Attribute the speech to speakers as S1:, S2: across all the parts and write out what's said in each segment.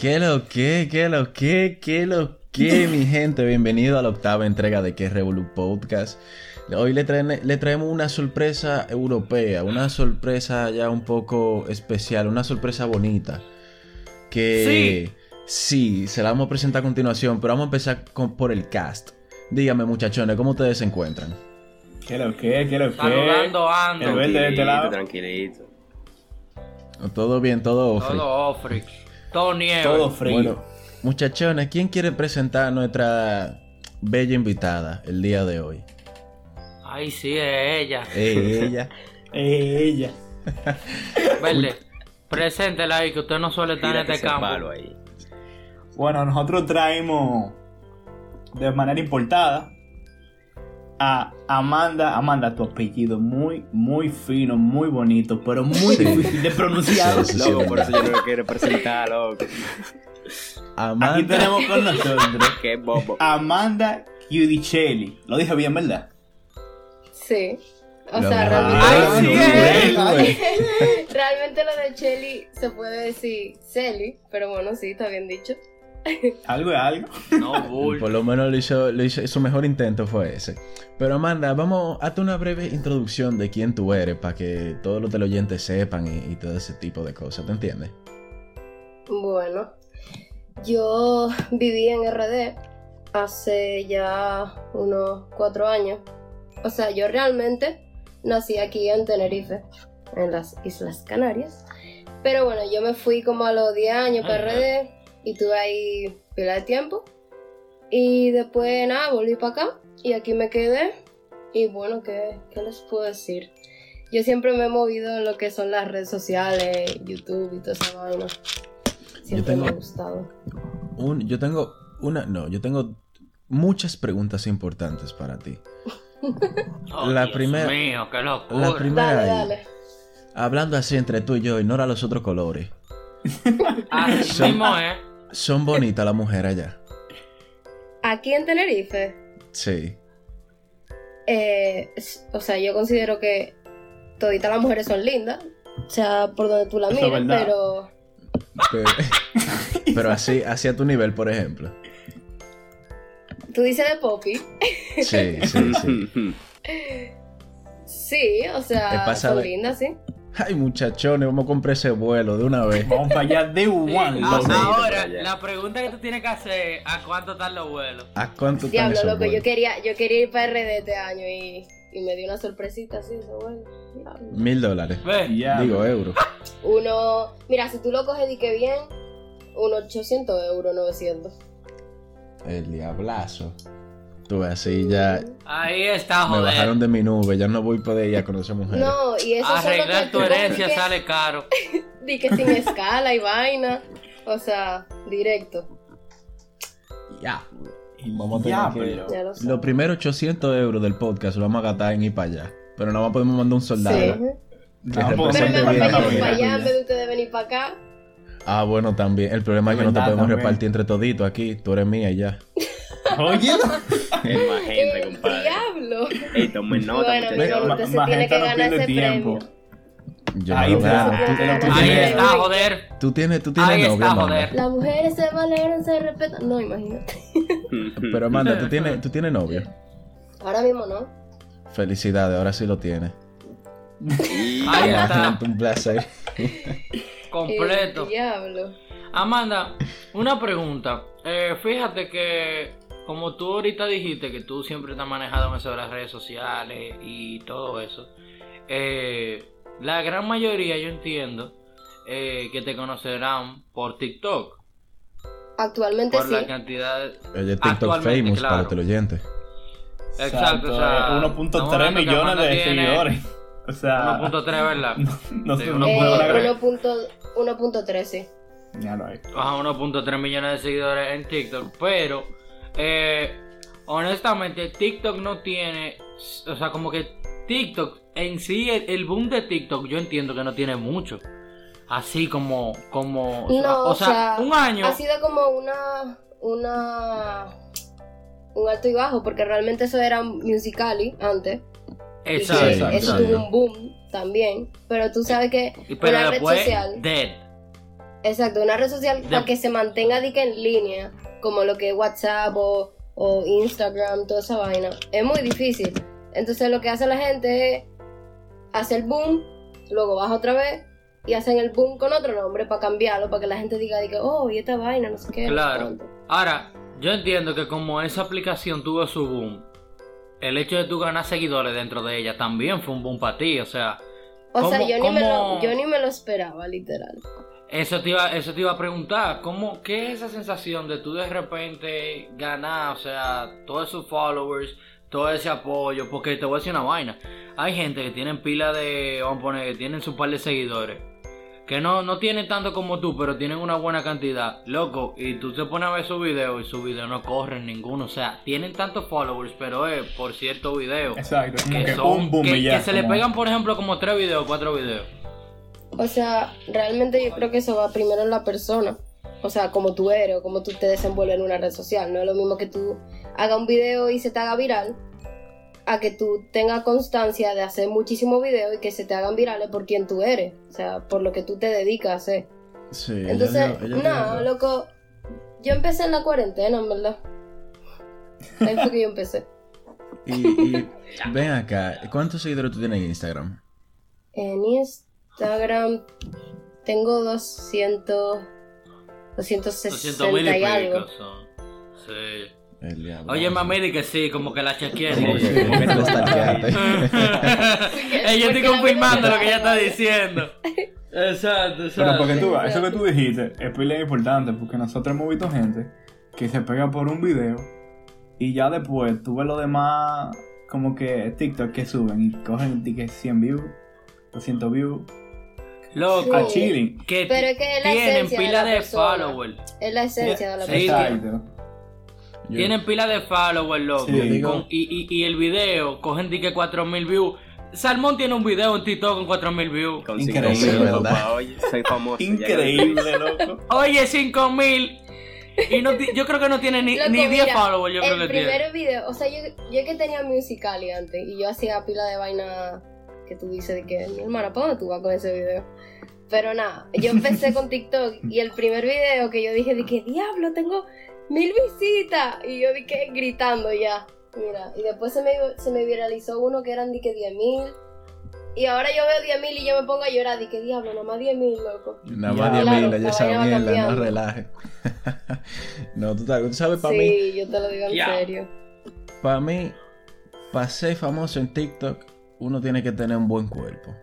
S1: ¿Qué lo que? ¿Qué lo que? ¿Qué lo que, mi gente? Bienvenido a la octava entrega de Que Revolu Podcast. Hoy le, traen- le traemos una sorpresa europea, una sorpresa ya un poco especial, una sorpresa bonita. Que sí, se la vamos a presentar a continuación, pero vamos a empezar con- por el cast. Dígame, muchachones, ¿cómo ustedes se encuentran?
S2: ¿Qué lo que? ¿Qué lo que?
S3: Saludando a
S2: El
S3: Ando,
S2: verde de este lado.
S4: tranquilito.
S1: ¿Todo bien? ¿Todo off?
S3: todo Ofrix, todo Nieve.
S2: Todo frío.
S1: Bueno, muchachones, ¿quién quiere presentar a nuestra bella invitada el día de hoy?
S3: Ay, sí, es ella.
S1: Ey, ella.
S2: Eh, Ella.
S3: Verde, preséntela ahí que usted no suele estar en
S4: Tírate
S3: este
S4: ese palo
S3: campo.
S4: ahí.
S2: Bueno, nosotros traemos de manera importada a Amanda. Amanda, tu apellido muy, muy fino, muy bonito, pero muy difícil de pronunciar.
S1: Sí, sí, sí,
S4: Loco,
S1: es
S4: por
S1: verdad.
S4: eso yo no lo quiero presentar, loco.
S2: Aquí
S1: Amanda.
S2: tenemos con nosotros
S4: Qué bobo.
S2: Ah, Amanda Giudicelli. Lo dije bien, ¿verdad?
S5: Sí. O
S1: Lo
S5: sea,
S1: mejor.
S5: realmente,
S2: Ah,
S3: Ay, sí,
S1: Ay, güey.
S5: realmente lo de Chelly se puede decir Celi, pero bueno, sí, está bien dicho.
S2: Algo es algo.
S3: No, bull.
S1: Por lo menos lo hizo, lo hizo- su mejor intento fue ese. Pero Amanda, vamos, hazte una breve introducción de quién tú eres para que todos los teleoyentes sepan y, y todo ese tipo de cosas, ¿te entiendes?
S5: Bueno, yo viví en RD hace ya unos cuatro años. O sea, yo realmente nací aquí en Tenerife, en las Islas Canarias. Pero bueno, yo me fui como a los 10 años para
S3: Ajá.
S5: RD y tuve ahí pila de tiempo. Y después nada, volví para acá y aquí me quedé. Y bueno, ¿qué, qué les puedo decir? Yo siempre me he movido en lo que son las redes sociales, YouTube y toda esa vaina. Siempre
S1: tengo-
S5: me ha gustado.
S1: Un- yo tengo una, no, yo tengo muchas preguntas importantes para ti.
S3: Oh,
S1: La
S3: Dios
S1: primera-
S3: mío, qué
S1: La
S3: locura.
S1: primera,
S5: Dale,
S1: es,
S5: dale.
S1: hablando así entre tú y yo, ignora los otros colores.
S3: Así mismo es.
S1: Son bonitas las mujeres allá.
S5: Aquí en Tenerife,
S1: Sí.
S5: eh, es- o sea, yo considero que toditas las mujeres son lindas. O sea, por donde tú la
S2: Eso es
S5: mires,
S2: verdad.
S5: pero
S1: Pero, pero así, así a tu nivel, por ejemplo.
S5: tú dices de Poppy.
S1: Sí, sí, sí.
S5: Sí, o
S1: Es
S5: sea,
S1: pasable.
S5: son lindas, sí.
S1: Ay, muchachones, vamos a comprar ese vuelo de una vez.
S2: Vamos para allá de one,
S3: Ah,
S2: loco.
S3: Ahora,
S4: Para allá.
S3: la pregunta que tú tienes que hacer, ¿a cuánto están los vuelos?
S1: ¿A cuánto están
S5: Diablo,
S1: esos
S5: loco, yo
S1: vuelos?
S5: quería, yo quería ir para RD este año y, y me dio una sorpresita así, eso bueno. Diablo.
S1: Mil dólares.
S3: Ve,
S2: Ya.
S1: Digo, euros.
S5: Uno, mira, si tú lo coges de que bien, unos 800 euros, 900.
S1: El diablazo. Tú ves, así ya
S3: ahí está,
S1: me bajaron
S3: joder.
S1: de mi nube, ya no voy a poder ir a conocer mujeres.
S5: No, y eso es solo que
S3: Arreglar tu
S5: tú coges
S3: herencia
S5: de que-
S3: sale caro.
S5: de que sin escala y vaina. O sea, directo.
S1: Ya. Vamos a tener
S2: Diablo.
S5: Ya lo
S1: que...
S5: sé.
S1: Los primeros 800 euros del podcast lo vamos a gastar en ir para allá. Pero nada más podemos mandar un soldado.
S5: Sí.
S1: que
S2: No, porque
S1: represente
S5: Pero
S2: son
S5: me
S2: de
S5: voy
S1: bien.
S2: Manhattan,
S5: a ir para allá en vez
S2: Manhattan.
S5: de ustedes venir para acá.
S1: Ah, bueno, también. El problema es que no te
S2: Verdad,
S1: podemos
S2: también.
S1: repartir entre toditos aquí. Tú eres mía y ya.
S2: Oye,
S4: Es más gente,
S5: ¡El
S4: compadre.
S5: diablo!
S4: Ey, tomen nota,
S5: Bueno,
S2: Venga,
S5: pero
S4: muchachos.
S2: ma-
S5: usted se
S2: más
S5: tiene
S2: gente
S5: que
S2: no
S5: ganar
S2: pierde
S5: ese
S2: tiempo.
S5: premio.
S1: Yo
S2: Ahí
S1: no
S2: está.
S1: gano. Tú-
S2: Ahí
S1: Tú,
S3: Ahí
S1: tienes,
S3: está, joder.
S1: tú tienes, tú
S3: Ahí
S1: tienes novia,
S3: está,
S1: Amanda.
S3: joder.
S5: Las mujeres se valoran, se respetan. No, imagínate.
S1: Pero Amanda, tú tienes, tú tienes novio.
S5: Ahora mismo no.
S1: Felicidades, ahora sí lo tienes.
S3: Ahí está,
S1: Un placer.
S3: completo.
S5: El diablo.
S3: Amanda, una pregunta. Eh, fíjate que, como tú ahorita dijiste que tú siempre estás manejado en eso de las redes sociales y todo eso, eh, la gran mayoría, yo entiendo, eh, que te conocerán por TikTok,
S5: Actualmente
S3: por la
S5: sí.
S3: cantidad de...
S1: Oye, TikTok
S3: Actualmente,
S1: famous
S3: claro.
S1: para los teleoyentes.
S3: Exacto, o sea,
S2: eh, 1.3
S3: estamos hablando que
S2: millones
S3: Amanda
S2: de
S3: tiene
S2: seguidores. O sea,
S3: 1.3, ¿verdad?
S2: no
S3: sí,
S2: sé,
S3: uno punto-
S2: no
S5: Eh,
S2: puedo agregar.
S5: 1.0 1.3, sí.
S2: Ya lo hay.
S3: Ajá, 1.3 millones de seguidores en TikTok, pero eh, honestamente TikTok no tiene, o sea, como que TikTok en sí, el, el boom de TikTok yo entiendo que no tiene mucho. Así como, como, o sea,
S5: No,
S3: o sea,
S5: o sea,
S3: un año.
S5: Ha sido como una. una. Un alto y bajo, porque realmente eso era musicali antes.
S3: Exacto,
S5: Y que
S1: exacto,
S5: Eso
S1: exacto.
S5: tuvo un boom también. Pero tú sabes que
S3: Y pero
S5: una red
S3: después,
S5: social.
S3: dead.
S5: Exacto, una red social
S3: De-
S5: para que se mantenga de que en línea, como lo que es WhatsApp o, o Instagram, toda esa vaina. Es muy difícil. Entonces lo que hace la gente es hacer boom, luego baja otra vez y hacen el boom con otro nombre para cambiarlo, para que la gente diga, diga, oh, y esta vaina, no sé qué. no sé
S3: Claro.
S5: cuánto".
S3: Ahora, yo entiendo que como esa aplicación tuvo su boom, el hecho de tú ganar seguidores dentro de ella también fue un boom para ti. O sea,
S5: O sea,
S3: ¿Cómo-
S5: yo ni, me
S3: cómo-
S5: lo, yo ni me lo esperaba, literal.
S3: eso te iba, eso te iba a preguntar. ¿cómo, ¿Qué es esa sensación de tú de repente ganar, o sea, todos esos followers, todo ese apoyo? Porque te voy a decir una vaina. Hay gente que tienen pila de, vamos a poner, que tienen su par de seguidores. Que no, no tienen tanto como tú, pero tienen una buena cantidad. Loco, y tú te pones a ver su video y su video no corren ninguno. O sea, tienen tantos followers, pero es por cierto video.
S2: Exacto, como
S3: Que,
S2: que
S3: son-
S2: boom, boom
S3: que-
S2: y ya.
S3: que se le
S2: como-
S3: pegan, por ejemplo, como tres videos, cuatro videos.
S5: O sea, realmente yo creo que eso va primero en la persona. O sea, como tú eres o como tú te desenvuelves en una red social. No es lo mismo que tú hagas un video y se te haga viral a que tú tengas constancia de hacer muchísimos videos y que se te hagan virales por quien tú eres. O sea, por lo que tú te dedicas a hacer.
S1: Sí, ella
S5: Entonces,
S1: dio- ella dio-
S5: no, loco. Yo empecé en la cuarentena, en verdad. Ahí fue que yo empecé.
S1: Y, y ven acá, ¿cuántos seguidores tú tienes en Instagram?
S5: En Instagram tengo 200... 260
S3: 200 mil
S5: y
S3: y
S5: algo.
S3: pico son. Sí.
S1: El diablo.
S3: Oye, mami, di que sí, como que la chequeé.
S1: Como que-
S3: sí.
S1: como que tú stalkeaste.
S3: Eh, yo estoy
S5: Porque la
S3: confirmando
S5: verdad-
S3: lo que ella está diciendo. Exacto,
S2: Pero porque
S3: exacto.
S2: tú, veas, eso que tú dijiste es pila importante, porque nosotros hemos visto gente que se pega por un video y ya después tú ves lo demás, como que TikTok que suben y cogen y que 100 views, 200 views, a
S3: Loco,
S5: Sí.
S2: chilling.
S3: que
S5: Pero es que es la
S3: tienen
S5: esencia de
S3: pila
S5: la
S3: de
S5: persona.
S3: followers.
S5: Es la esencia de la
S3: Sí.
S5: persona.
S2: Exacto.
S1: Yo-
S3: Tienen pila de followers, loco.
S2: Sí,
S3: y,
S1: digo-
S3: con- y, y- y el video, cogen di que 4000 views. Salmón tiene un video en TikTok con 4000 views.
S4: Con
S2: Increíble,
S4: 5.000,
S1: ¿verdad?
S4: papá, oye, soy famoso. ya
S2: Increíble, loco.
S3: Oye, 5000. Y no ti- yo creo que no tiene ni,
S5: Loco,
S3: ni 10
S5: mira,
S3: followers, yo creo
S5: El
S3: que tiene.
S5: primer video, o sea, yo, yo que tenía Musical.ly antes y yo hacía pila de vaina que tú dices de que, mi hermana, ¿para dónde tú vas con ese video? Pero nada, yo empecé con TikTok y el primer video que yo dije de que, diablo, tengo mil visitas y yo dije gritando ya, mira, y después se me, se me viralizó uno que eran de que 10 mil y ahora yo veo 10 mil y yo me pongo a llorar de que, diablo, nomás 10 mil, loco.
S1: Nada
S2: Ya.
S1: más de
S5: Claro,
S1: mil,
S5: la
S1: ya esa
S5: vaina va
S1: mierda, no
S5: cambiando.
S1: relaje. no, tú sabes, tú sabes para mí,
S5: Sí, yo te lo digo en
S3: Ya.
S5: serio.
S1: para mí, para ser famoso en TikTok, uno tiene que tener un buen cuerpo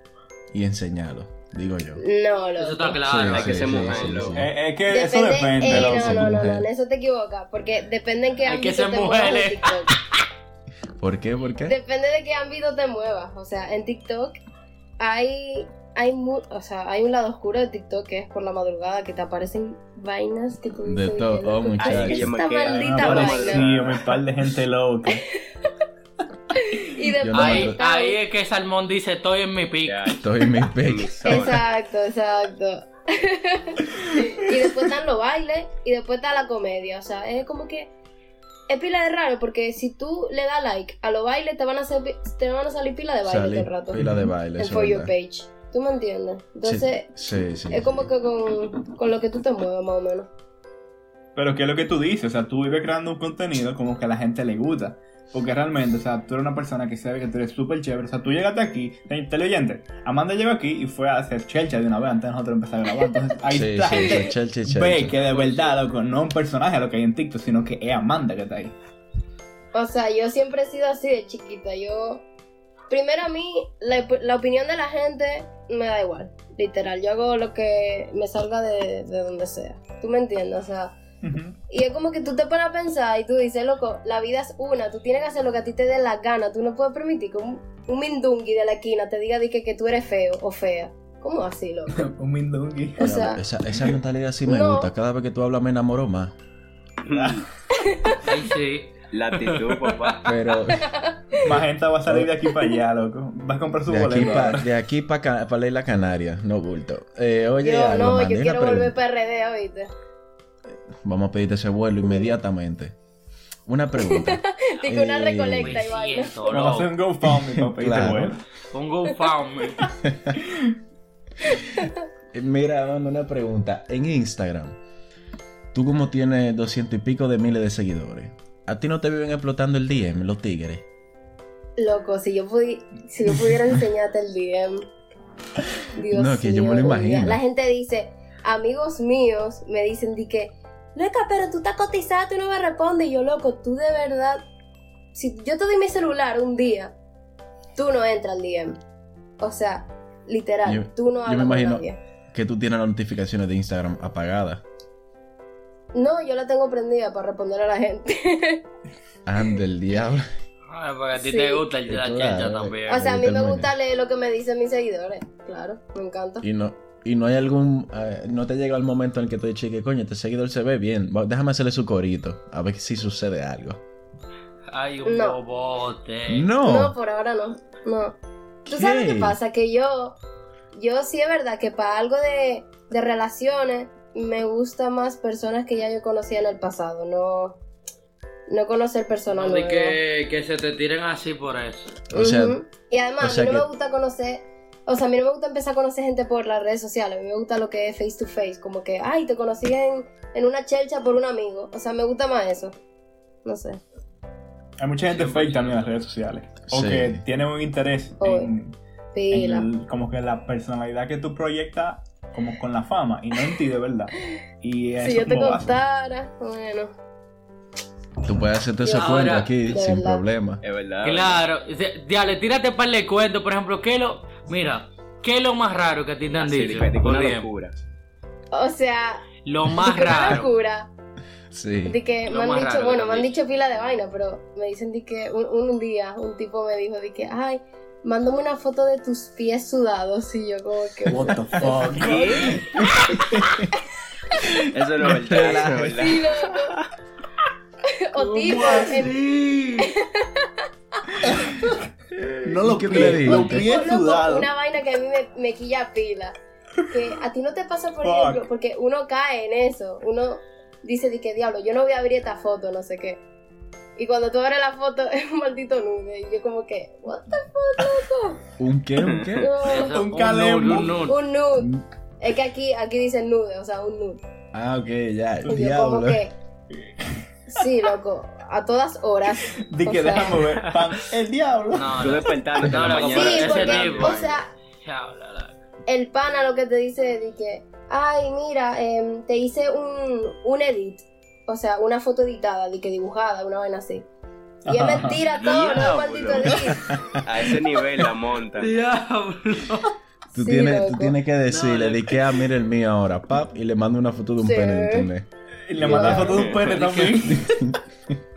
S1: y enseñarlo, digo yo.
S5: No, loco.
S3: Eso está claro.
S4: Hay que ser mujer, loco.
S2: Eh, Es que eso
S5: Depende,
S2: depende,
S5: eh,
S2: loco.
S5: no, no, no, no,
S1: mujer.
S5: en eso te equivocas, porque depende en qué
S3: Hay que
S5: ámbito
S3: ser
S5: te muevas
S3: mujeres.
S5: en TikTok.
S1: ¿Por qué? ¿Por qué?
S5: Depende de qué ámbito te muevas, o sea, en TikTok hay hay mu- o sea, hay un lado oscuro de TikTok que es por la madrugada que te aparecen vainas que tú
S1: De
S5: dices,
S1: todo,
S5: "Loco,
S1: oh, muchacho.
S5: ay,
S4: Yo me
S5: esta
S4: quedo,
S5: maldita
S4: no, no,
S5: vaina.
S4: sí.
S2: Dios mi par de gente loca.
S5: Y
S1: Yo
S5: después
S1: no me
S3: Ahí,
S1: atrevo.
S5: está-
S3: ahí es que Salmón dice, estoy en mi pico.
S4: Ya,
S1: Estoy en mi
S4: en
S1: pecho.
S4: mi zona.
S5: Exacto, exacto. y después están los bailes y después está la comedia. O sea, es como que es pila de raro porque si tú le das like a los bailes te van a, hacer pi- te van a salir pila de baile
S1: Salí
S5: todo el rato.
S1: pila de baile.
S5: en
S1: eso
S5: For
S1: es
S5: Your
S1: verdad.
S5: Page. ¿Tú me entiendes? Entonces,
S1: sí, sí, sí.
S5: es como que con, con lo que tú te muevas más o menos.
S2: Pero qué es lo que tú dices, o sea, tú vives creando un contenido como que a la gente le gusta. Porque realmente, o sea, tú eres una persona que sabe que tú eres súper chévere. O sea, tú llegaste aquí, te, te lo oyente. Amanda llegó aquí y fue a hacer chelcha de una vez antes de nosotros empezar a grabar. Entonces, ahí
S1: Sí,
S2: la
S1: sí,
S2: gente
S1: sí, chel, chel, chel,
S2: ve
S1: chel.
S2: que de verdad, loco, no es un personaje lo que hay en TikTok, sino que es Amanda que está ahí.
S5: O sea, yo siempre he sido así de chiquita. Yo, primero a mí, la, la opinión de la gente me da igual. Literal, yo hago lo que me salga de, de donde sea. ¿Tú me entiendes? O sea, y es como que tú te pones a pensar y tú dices, loco, la vida es una. Tú tienes que hacer lo que a ti te dé la gana. Tú no puedes permitir que un, un mindungui de la esquina te diga de que, que tú eres feo o fea. ¿Cómo así, loco?
S2: un mindungui.
S5: O sea,
S1: esa, esa mentalidad sí me
S5: no.
S1: gusta. Cada vez que tú hablas me enamoro más.
S3: Ahí sí.
S4: La actitud, papá.
S1: Pero de
S2: Más gente va a salir de aquí para allá, loco. Va a comprar su
S1: aquí
S2: boleto.
S1: para
S2: ahora.
S1: de aquí pa, ca- pa la isla Canaria, no bulto. Eh, oye,
S5: yo
S1: algo,
S5: no,
S1: Mandy,
S5: yo
S1: una
S5: quiero volver
S1: pregunta.
S5: PRD, ¿oíste?
S1: Vamos a pedirte ese vuelo inmediatamente. Una pregunta.
S5: Digo una
S1: Eh,
S5: recolecta y
S3: Me
S5: vaina.
S3: siento,
S2: Vamos a hacer
S3: loco.
S2: un GoFundMe, papá, y te
S1: Claro.
S2: vuelves.
S3: Un GoFundMe.
S1: Eh, Mira, mano, una pregunta. En Instagram, tú como tienes 200 y pico de miles de seguidores, ¿a ti no te viven explotando el DM, los tigres?
S5: Loco, si yo, pudi- si yo pudiera enseñarte el DM. Dios
S1: No, que yo
S5: mío,
S1: me lo
S5: de mi vida.
S1: imagino.
S5: La gente dice, amigos míos me dicen de que, loca, pero tú estás cotizada, tú no me respondes. Y yo, loco, tú de verdad, si yo te doy mi celular un día, tú no entras al DM. O sea, literal,
S1: Yo-
S5: tú no
S1: yo
S5: hablas
S1: me
S5: con
S1: imagino-
S5: nadie.
S1: Que tú tienes las notificaciones de Instagram apagadas.
S5: No, yo la tengo prendida para responder a la gente.
S1: Ande el diablo.
S3: Ah, porque a ti
S5: Sí.
S3: te gusta el- la
S1: Claro.
S3: chacha también.
S1: Eh,
S5: o sea, a mí me
S1: Determina.
S5: gusta leer lo que me dicen mis seguidores. Claro, me encanta.
S1: Y no, y no hay algún. eh, no te llega el momento en el que tú dices que coño, este seguidor se ve bien. va- Déjame hacerle su corito. A ver si sucede algo.
S3: Hay un
S5: No.
S3: bobote.
S5: Eh, No,
S1: No.
S5: por ahora no. No. ¿Tú sabes
S1: ¿Qué?
S5: qué pasa? Que yo, yo sí es verdad que para algo de, de relaciones me gusta más personas que ya yo conocía en el pasado, no, no conocer personas
S3: No, de
S5: nuevas.
S3: que, que se te tiren así por eso.
S1: O sea,
S5: Ujú. y además
S1: o sea
S5: a mí no
S1: que-
S5: me gusta conocer, o sea, a mí no me gusta empezar a conocer gente por las redes sociales, a mí me gusta lo que es face to face, como que, ay, te conocí en, en una chelcha por un amigo, o sea, me gusta más eso. No sé.
S2: Hay mucha gente
S3: Sí,
S2: fake
S3: sí.
S2: también en las redes sociales. O
S1: Sí.
S2: que tiene un interés
S5: Oy,
S2: en, en
S5: Pila.
S2: el- como que la personalidad que tú proyectas como con la fama y no en ti de verdad. Y eso
S5: Si yo te
S2: como base.
S5: contara, bueno.
S1: Tú puedes hacerte esa
S3: Ahora,
S1: cuenta aquí
S5: de
S1: sin
S5: verdad.
S1: problema.
S4: Es verdad.
S3: Claro. Dice, Dale, tírate para el cuento. Por ejemplo, ¿qué es lo. Mira, ¿qué es lo más raro que a ti te han
S4: Así,
S3: dicho?
S4: Fede,
S3: Por
S4: una
S3: ejemplo,
S4: locura.
S5: O sea,
S3: Lo más
S5: Qué una
S3: raro.
S5: locura.
S1: Sí.
S5: De que
S3: Lo
S5: me
S3: más
S5: han dicho,
S3: raro que
S5: bueno,
S3: me
S5: me
S3: han
S5: han
S3: dicho.
S5: dicho pila de vaina, pero me dicen de que un, un día un tipo me dijo de que, ay, mándame una foto de tus pies sudados y yo como que...
S2: What the fuck.
S4: Eso no es verdad. eso no es verdad.
S5: Sí, loco. o tipo, en-
S2: No lo
S1: ¿Qué te
S2: pies,
S1: le dije?
S2: lo
S1: Los
S5: tipo,
S2: pies
S5: loco,
S2: sudados.
S5: una vaina que a mí me, me quilla pila. Que a ti no te pasa, por
S2: Fuck.
S5: ejemplo, porque uno cae en eso. Uno dice de que, diablo, yo no voy a abrir esta foto, no sé qué. Y cuando tú abres la foto es un maldito nude. Y yo como que, what the
S1: ¿Un qué? ¿Un qué?
S5: fuck?
S3: Eso,
S2: Un calembo.
S3: nude, un nude.
S5: un nude. Es que aquí, aquí dicen nude, o sea, un nude.
S1: Ah, ok, ya.
S5: Y yo como
S1: Diablo.
S5: que... Sí, loco, a todas horas.
S2: Di
S5: O
S2: que
S5: sea-
S2: déjame ver. Pan, el diablo.
S3: No,
S4: Tú
S3: no.
S4: despertándote en
S3: No,
S4: la
S3: no,
S4: mañana.
S5: Sí,
S3: ese
S5: porque,
S3: tipo.
S5: o sea,
S3: Chao, la, la.
S5: el pana lo que te dice de que, ay, mira, em, te hice un, un edit, o sea, una foto editada, de que dibujada, una vaina así. Y es
S2: Ajá.
S5: mentira todo, no es
S4: Diablo.
S5: maldito edit.
S4: A ese nivel la monta.
S3: Diablo.
S1: Tú,
S5: Sí,
S1: tienes, tú
S5: loco.
S1: tienes que decirle
S3: No,
S1: de que, ah, mira el mío ahora, pap, y le mando una foto de un
S5: Sí.
S1: pene de internet.
S2: Y le mandas foto de un pene también.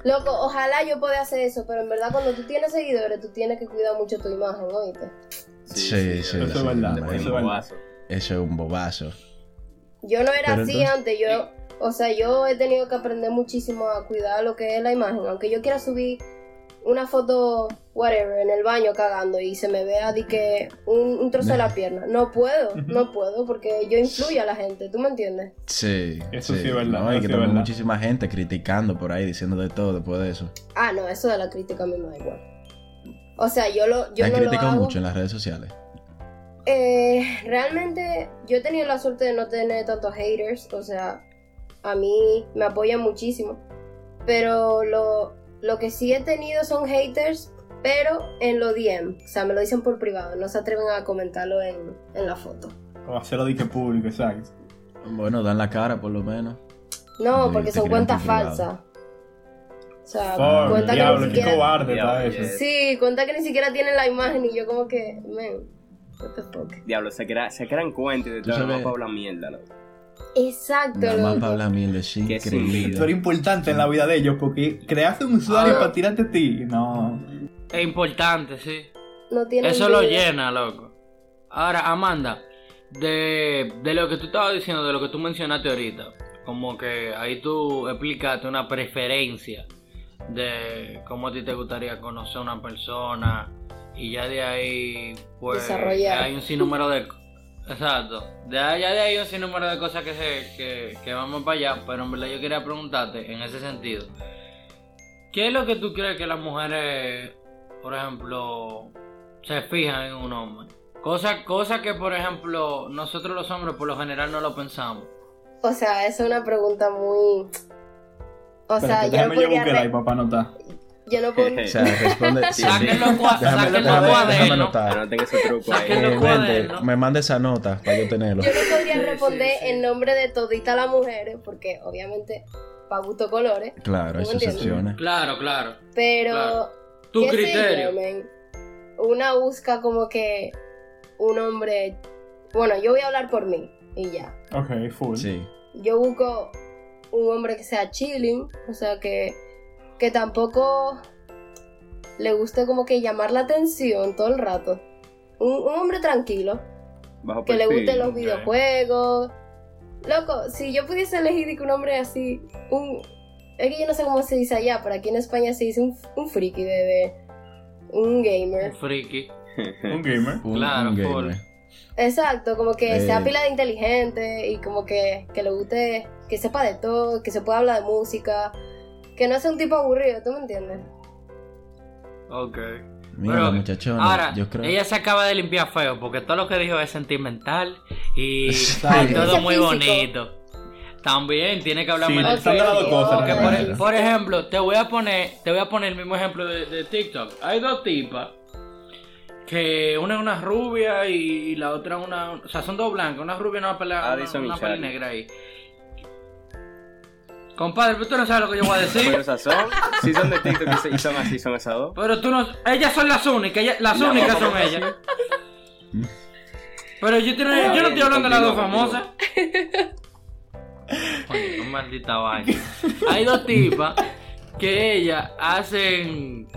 S5: Loco, ojalá yo pueda hacer eso, pero en verdad cuando tú tienes seguidores, tú tienes que cuidar mucho tu imagen, oíste.
S1: Sí, sí,
S2: eso es
S1: sí,
S2: verdad,
S1: me
S2: eso
S1: imagino.
S2: es verdad.
S1: Eso es un bobazo.
S5: Yo no era
S1: Pero
S5: así
S1: entonces-
S5: antes, yo, o sea, yo he tenido que aprender muchísimo a cuidar lo que es la imagen, aunque yo quiera subir una foto, whatever, en el baño cagando y se me vea de que un, un trozo de la pierna, no puedo, no puedo, porque yo influyo a la gente, ¿tú me entiendes?
S1: Sí.
S2: Eso sí es verdad,
S1: No, y
S2: eso
S1: que
S2: sí es
S1: también
S2: verdad.
S1: muchísima gente criticando por ahí, diciendo de todo después de eso.
S5: Ah, no, eso de la crítica a mí me da igual. O sea, yo lo,
S1: Me
S5: yo
S1: han
S5: no lo
S1: criticado
S5: hago.
S1: mucho en las redes sociales.
S5: Eh, realmente yo he tenido la suerte de no tener tantos haters, o sea, a mí me apoyan muchísimo, pero lo, lo que sí he tenido son haters, pero en lo DM, o sea, me lo dicen por privado, no se atreven a comentarlo en, en la foto.
S2: O hacerlo de que público, exacto.
S1: Bueno, dan la cara por lo menos.
S5: No,
S1: Sí,
S5: porque
S1: te
S5: son
S1: crean por
S5: cuentas
S1: privado.
S5: falsas. O sea,
S1: Fuck,
S5: cuentas Ah, que
S2: diablo,
S5: ni
S2: qué
S5: siquiera...
S2: cobarde está
S4: Diablo,
S2: eso.
S5: Sí, cuentas que ni siquiera tienen la imagen y yo como que, man, what the fuck.
S4: Diablo, se, crea, se crean cuentas y de
S1: Tú
S4: todo
S1: sabes-
S4: no para hablar mierda, loco.
S5: Exacto,
S1: Nada más
S5: loco.
S1: para hablar mierda, es
S4: Que es
S2: Tú eres
S1: increíble.
S2: importante en la vida de ellos porque creaste un usuario
S3: Ah.
S2: para tirarte a ti. No.
S3: Es importante, sí.
S5: No tienen
S3: Eso lo
S5: vida.
S3: llena, loco. Ahora, Amanda, de, de lo que tú estabas diciendo, de lo que tú mencionaste ahorita, como que ahí tú explicaste una preferencia de cómo a ti te gustaría conocer a una persona y ya de ahí, pues,
S5: Desarrollar.
S3: hay un sinnúmero de... Exacto. De ahí- ya de ahí un sinnúmero de cosas que, se, que, que vamos para allá, pero en verdad yo quería preguntarte en ese sentido. ¿Qué es lo que tú crees que las mujeres, por ejemplo, se fijan en un hombre? Cosa, cosa que, por ejemplo, nosotros los hombres por lo general no lo pensamos.
S5: O sea, es una pregunta muy. O sea,
S2: Espérate,
S5: yo
S2: déjame
S5: no,
S2: yo
S5: podría
S2: buscar ahí,
S5: re-
S2: papá, no está.
S5: yo no pod-
S1: O sea, responde. Sí, sí.
S3: Saquen los cua-
S1: Déjame-
S3: saquen
S1: déjame-
S3: los
S1: déjame
S3: cuadernos.
S1: anotar.
S4: Anoten ese truco ahí.
S3: Saquen los
S1: Eh,
S3: cuadernos.
S1: vente, me manda esa nota para yo tenerlo.
S5: yo no podría
S3: Sí, sí,
S5: responder
S3: sí.
S5: en nombre de todita las mujeres, porque obviamente pa' gusto colores,
S1: Claro, hay
S5: No
S1: sus
S5: entiendo.
S1: excepciones.
S3: Claro, claro.
S5: pero
S3: Claro. Tu
S5: qué sé yo,
S3: criterio.
S5: men. Una busca como que un hombre. Bueno, yo voy a hablar por mí y ya.
S2: Ok, full.
S1: Sí.
S5: Yo busco un hombre que sea chilling, o sea, que, que tampoco le guste como que llamar la atención todo el rato. Un, un hombre tranquilo,
S4: Bajo
S5: que le
S4: perfil.
S5: gusten los
S3: ok.
S5: videojuegos. Loco, si yo pudiese elegir de que un hombre así, un... Es que yo no sé cómo se dice allá, pero aquí en España se dice un, un friki de... de- un gamer.
S3: Un friki.
S2: Un gamer.
S1: Un-
S3: Claro,
S1: un gamer.
S3: full.
S5: Exacto, como que
S1: Eh.
S5: sea pila de inteligente y como que, que le guste, que sepa de todo, que se pueda hablar de música, que no sea un tipo aburrido, ¿tú me entiendes?
S3: Ok.
S1: Mira,
S3: Pero,
S1: muchachona,
S3: Ahora,
S1: yo creo.
S3: ella se acaba de limpiar feo porque todo lo que dijo es sentimental y,
S2: Exacto.
S3: y todo muy
S5: Físico.
S3: bonito. También tiene que hablarme
S2: Sí,
S3: del
S2: están
S3: físico.
S2: dando cosas.
S3: Porque,
S5: Ok,
S2: nada
S3: por,
S2: más.
S3: e- por ejemplo, te voy a poner, te voy a poner el mismo ejemplo de, de TikTok. Hay dos tipas que una es una rubia y la otra una, o sea, son dos blancas, una rubia y una pelada, una,
S4: Addison y
S3: una peli
S4: Charlie.
S3: negra ahí. Compadre, pero tú no sabes lo que yo voy a
S4: Pero
S3: decir.
S4: esas son, sí son de TikTok y se- y son así, son esas dos.
S3: pero tú no, ellas son las únicas, ellas- las
S4: No,
S3: únicas
S4: ¿cómo
S3: son
S4: que
S3: ellas. Pero yo, tiene- yo no estoy hablando de las dos famosas. Coño, qué maldita vaina. Hay dos tipas que ellas hacen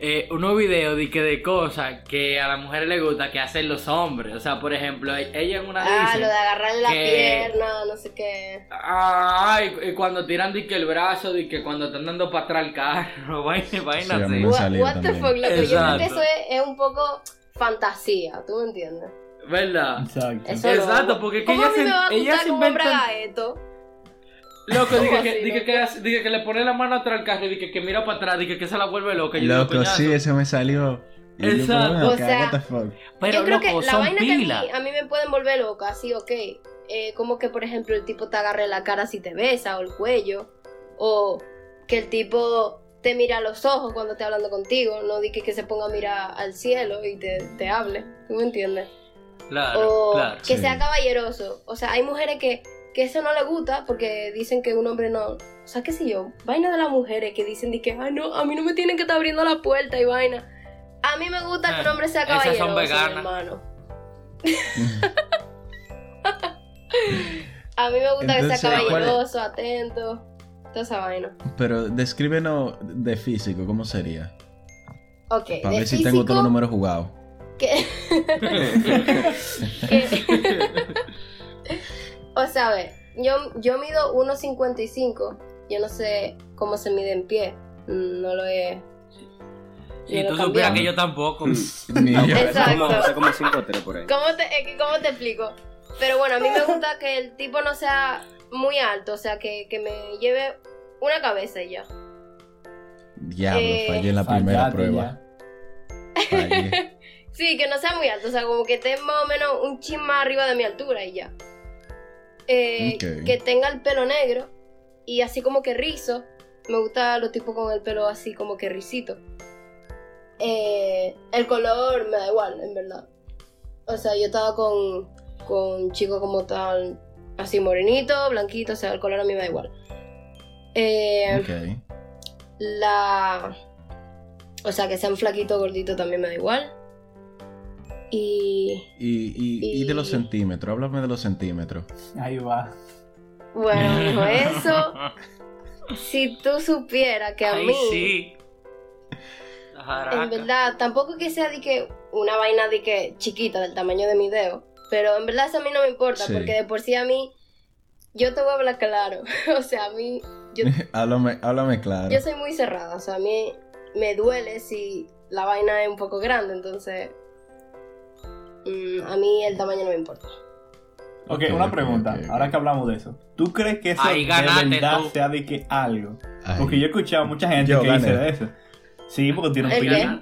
S3: eh, unos videos de, que de cosas que a las mujeres les gusta que hacen los hombres. O sea, por ejemplo, e- ella en una
S5: Ah,
S3: dice,
S5: lo de agarrarle la
S3: que-
S5: pierna, no sé qué.
S3: Ay, y cuando tiran de que el brazo, de que cuando están dando para atrás el carro, vaina, vaina
S1: Sí, a mí
S3: así.
S1: me-
S5: What,
S1: salido
S5: what the
S1: también.
S5: fuck, loco, yo creo
S3: Exacto.
S5: que eso es, es un poco fantasía, ¿tú me entiendes?
S3: ¿Verdad?
S2: Exacto.
S5: Eso
S3: Exacto,
S5: no.
S3: porque es que
S5: ¿Cómo
S3: ellas
S5: a mí
S3: se-
S5: me va a
S3: ellas
S5: gustar
S3: se
S5: que un hombre
S3: inventan-
S5: haga esto?
S3: Loco, dije
S5: ¿Cómo
S3: que,
S5: así,
S3: dije, que, hace- dije que le pone la mano atrás al carro, dije que mira para atrás, dije que se la vuelve loca. yo digo,
S1: Loco,
S3: coñazo.
S1: sí, eso me salió. Y yo,
S3: Exacto.
S1: bueno,
S5: O
S1: acá,
S5: sea,
S1: what the fuck.
S3: Pero
S5: yo creo
S3: loco,
S5: que la
S3: son
S5: vaina
S3: pila.
S5: que a mí, a mí me pueden volver loca, así, ok. eh, como que, por ejemplo, el tipo te agarre la cara si te besa o el cuello. O que el tipo te mira a los ojos cuando esté hablando contigo. No di que, que se ponga a mirar al cielo y te, te hable. ¿Tú me entiendes?
S3: Claro,
S5: o
S3: claro.
S5: que
S1: Sí.
S5: sea caballeroso. O sea, hay mujeres que, que eso no le gusta porque dicen que un hombre no. O sea, qué sé yo, vaina de las mujeres que dicen de que, ay, no, a mí no me tienen que estar abriendo la puerta y vaina. A mí me gusta que un
S3: Eh,
S5: hombre sea
S3: esas son
S5: caballeroso,
S3: veganas.
S5: mi hermano. a mí me gusta que
S1: Entonces,
S5: sea
S1: ¿cuál es?
S5: caballeroso, atento, toda esa vaina.
S1: Pero descríbenos de físico, ¿cómo sería?
S5: Ok,
S1: Para
S5: de
S1: ver si
S5: físico,
S1: tengo todos los números jugados.
S5: que- que- o sea, a ver, yo, yo mido 1.55. Yo no sé cómo se mide en pie. Mm, No lo he.
S3: Y tú
S5: Pero
S3: supieras
S5: cambiamos.
S3: que yo tampoco.
S1: Mm. Ni yo.
S4: Eso es Ah, como,
S5: Exacto.
S4: eso es como 5 3 por ahí.
S5: ¿Cómo te, es que ¿Cómo te explico? Pero bueno, a mí me gusta que el tipo no sea muy alto, o sea, que, que me lleve una cabeza y ya.
S1: Diablo,
S5: Eh,
S1: fallé en la primera prueba. Fallé.
S5: Sí, que no sea muy alto, o sea, como que esté más o menos un chin más arriba de mi altura y ya. Eh,
S1: Ok.
S5: Que tenga el pelo negro y así como que rizo. Me gusta los tipos con el pelo así como que rizito. Eh, el color me da igual, en verdad. O sea, yo estaba con, con un chico como tal, así morenito, blanquito, o sea, el color a mí me da igual. Eh,
S1: Ok.
S5: la. O sea, que sean flaquito o gordito también me da igual. Y.
S1: Y, y, y de los
S5: Y-
S1: centímetros, háblame de los centímetros.
S2: Ahí va.
S5: Bueno, mijo, eso. Si tú supieras que a
S3: Ay,
S5: mí.
S3: sí. La jaraca.
S5: En verdad, tampoco que sea de que una vaina de que chiquita del tamaño de mi dedo. Pero en verdad eso a mí no me importa,
S1: Sí.
S5: porque de por sí a mí. Yo te voy a hablar claro. o sea, a mí. Yo,
S1: háblame, háblame claro.
S5: yo soy muy cerrada. O sea, a mí me duele si la vaina es un poco grande, entonces. mm, a mí el tamaño no me importa.
S1: Ok,
S2: Ok, una
S1: ok,
S2: pregunta.
S1: ok, ok.
S2: Ahora que hablamos de eso, ¿tú crees que eso
S3: Ahí
S2: de
S3: ganaste,
S2: verdad
S3: tú.
S2: sea de que algo?
S1: Ay.
S2: Porque yo he escuchado a mucha gente
S1: Yo
S2: que
S1: gané.
S2: dice de eso. Sí, porque tiene un
S5: ¿El
S2: pila.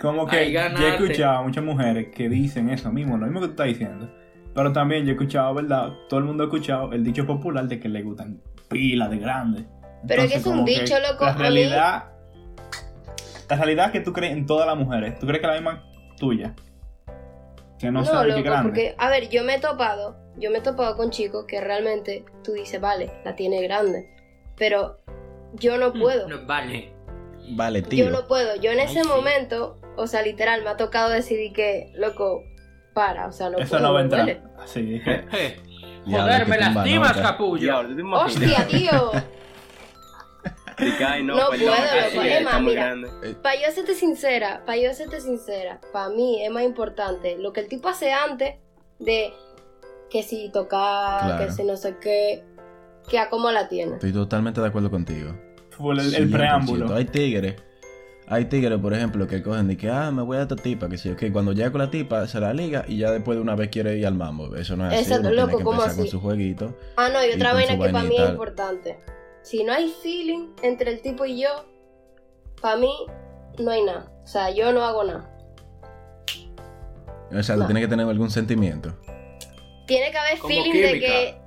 S2: Como que
S3: Ahí
S2: yo
S3: ganaste.
S2: he escuchado a muchas mujeres que dicen eso mismo, lo mismo que tú estás diciendo. Pero también yo he escuchado, ¿verdad? Todo el mundo ha escuchado el dicho popular de que le gustan pilas de grandes.
S5: Pero es que es un
S2: como
S5: dicho, loco,
S2: La
S5: a mí-
S2: realidad. La realidad que tú crees en todas las mujeres. ¿Tú crees que la misma tuya? Que no, sabe
S5: loco,
S2: que grande.
S5: porque, a ver, yo me he topado, yo me he topado con chicos que realmente tú dices, vale, la tiene grande, pero yo no puedo.
S3: Mm, No, vale.
S1: Vale,
S5: Yo
S1: tío.
S5: no puedo. Yo en
S3: Ay,
S5: ese
S3: sí.
S5: momento, o sea, literal, me ha tocado decidir que, loco, para, o sea, no
S2: Eso
S5: puedo,
S2: no va a
S5: me
S2: entrar.
S5: duele.
S2: Así.
S3: Eh,
S1: Diablo,
S3: Joder,
S1: qué
S3: me
S1: tumba
S3: lastimas,
S1: nota.
S3: capullo.
S4: Diablo, tú te imaginas.
S5: Hostia, tío.
S4: Te cae, no,
S5: No
S4: perdón,
S5: puedo,
S4: ah, sí,
S5: loco,
S4: está
S5: Emma,
S4: muy
S5: mira.
S4: grande.
S5: Para yo serte sincera, para yo serte sincera, para mí es más importante lo que el tipo hace antes de que si tocar,
S1: Claro.
S5: que si no sé qué, que a cómo la tiene.
S1: Estoy totalmente de acuerdo contigo.
S2: Fue el, el
S1: 100%.
S2: preámbulo.
S1: Hay tigres. Hay tigres, por ejemplo, que cogen de que, ah, me voy a esta tipa, que sí, ok. Cuando llega con la tipa, se la liga y ya después de una vez quiere ir al mambo. Eso no es así.
S5: Exacto,
S1: uno tiene
S5: loco,
S1: que
S5: ¿cómo
S1: empezar con
S5: así?
S1: su jueguito.
S5: Ah, no, y
S1: Y
S5: otra
S1: con
S5: vaina
S1: su
S5: que para
S1: vaina y
S5: mí es
S1: tal.
S5: importante. Si no hay feeling entre el tipo y yo, para mí no hay nada. O sea, yo no hago nada.
S1: O sea,
S5: No.
S1: tú tienes que tener algún sentimiento.
S5: Tiene que haber
S3: Como
S5: feeling de
S3: química.
S5: que.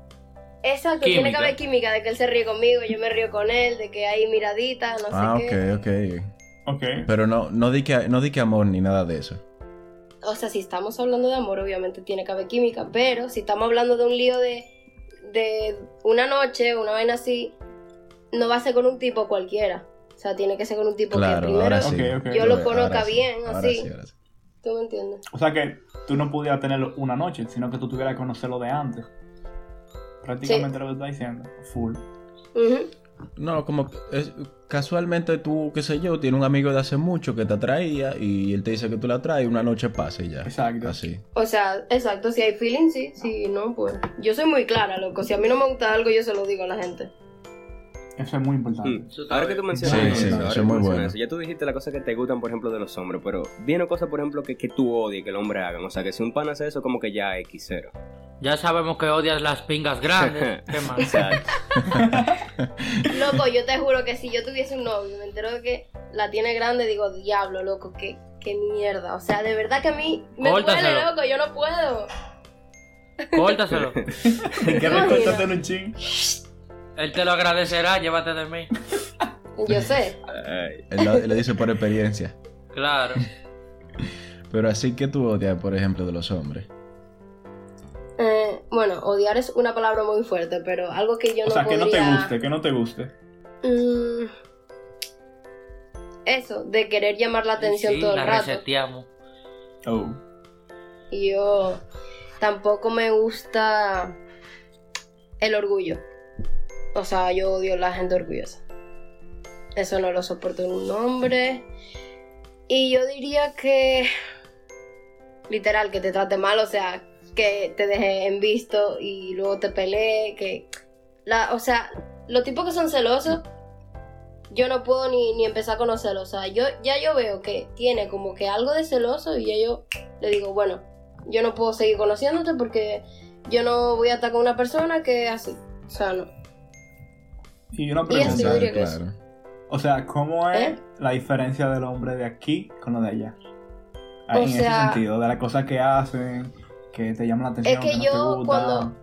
S5: Exacto, tiene que
S3: Química.
S5: haber química, de que él se ríe conmigo, yo me río con él, de que hay miradita, no
S1: ah,
S5: sé
S1: ok,
S5: qué.
S1: ok.
S2: Ok.
S1: Pero no, no di que no di que amor ni nada de eso.
S5: O sea, si estamos hablando de amor, obviamente tiene que haber química, pero si estamos hablando de un lío de, de una noche, una vaina así, no va a ser con un tipo cualquiera. O sea, tiene que ser con un tipo que
S1: Claro,
S5: primero,
S1: ahora sí.
S2: Ok, ok.
S5: Yo lo
S1: Ahora
S5: conozca
S1: sí,
S5: bien,
S1: ahora
S5: así.
S1: sí, ahora sí.
S5: ¿tú me entiendes?
S2: O sea que tú no pudieras tenerlo una noche, sino que tú tuvieras que conocerlo de antes. Prácticamente lo que estás diciendo. Full.
S5: Ujú.
S1: No, como que es- casualmente tú, qué sé yo, tienes un amigo de hace mucho que te atraía y él te dice que tú la traes, una noche pasa y ya.
S2: Exacto.
S1: Así.
S5: O sea, exacto, si hay feeling, sí, si no, pues. Yo soy muy clara, loco. Si a mí no me gusta algo, yo se lo digo a la gente.
S2: Eso es muy importante.
S5: Hmm.
S4: Mm. Ahora que tú mencionas
S2: Sí,
S4: eso,
S2: sí,
S4: ahora
S1: eso
S4: que
S1: es muy
S4: tú mencionas
S1: bueno.
S4: eso, ya tú dijiste las cosas que te gustan, por ejemplo, de los hombres, pero viene cosas, por ejemplo, que, que tú odies que el hombre haga. O sea, que si un pan hace eso, como que ya X cero.
S3: Ya sabemos que odias las pingas grandes. ¿Qué
S4: O
S3: más?
S4: sea,
S5: Loco, yo te juro que si yo tuviese un novio y me entero de que la tiene grande, digo, diablo, loco, qué, qué mierda. O sea, de verdad que a mí me duele,
S3: Córtaselo.
S5: loco, yo no puedo.
S3: Córtaselo.
S2: que
S5: Imagina.
S2: recortaste en un ching.
S3: Él te lo agradecerá, llévate de mí.
S5: Yo sé.
S4: ay,
S1: Él lo, él lo dice por experiencia.
S3: Claro.
S1: Pero así que tú odias, por ejemplo, de los hombres.
S5: Eh, bueno, odiar es una palabra muy fuerte, pero algo que yo
S2: O
S5: no
S2: sea, que no te
S5: podría-
S2: guste, que no te guste.
S5: Mm. eso, de querer llamar la atención
S3: Sí,
S5: todo
S3: la
S5: el rato.
S3: reseteamos.
S2: Oh.
S5: Y yo tampoco me gusta el orgullo. O sea, yo odio la gente orgullosa. Eso no lo soporto en un hombre. Y yo diría que. Literal, que te trate mal, o sea, que te deje en visto y luego te pelee, que. La, o sea, los tipos que son celosos, yo no puedo ni, ni empezar a conocerlos. O sea, yo, ya yo veo que tiene como que algo de celoso y ya yo le digo, bueno, yo no puedo seguir conociéndote porque yo no voy a estar con una persona que es así. O sea, no.
S2: Y una
S5: Y eso yo
S2: pregunta.
S5: diría que
S1: claro.
S2: O sea, ¿cómo es
S5: ¿Eh?
S2: la diferencia del hombre de aquí con lo de allá? Ah,
S5: O
S2: en
S5: sea-
S2: ese sentido, de las cosas que hacen, que te llaman la atención,
S5: Es que
S2: no
S5: yo
S2: te gusta.
S5: cuando-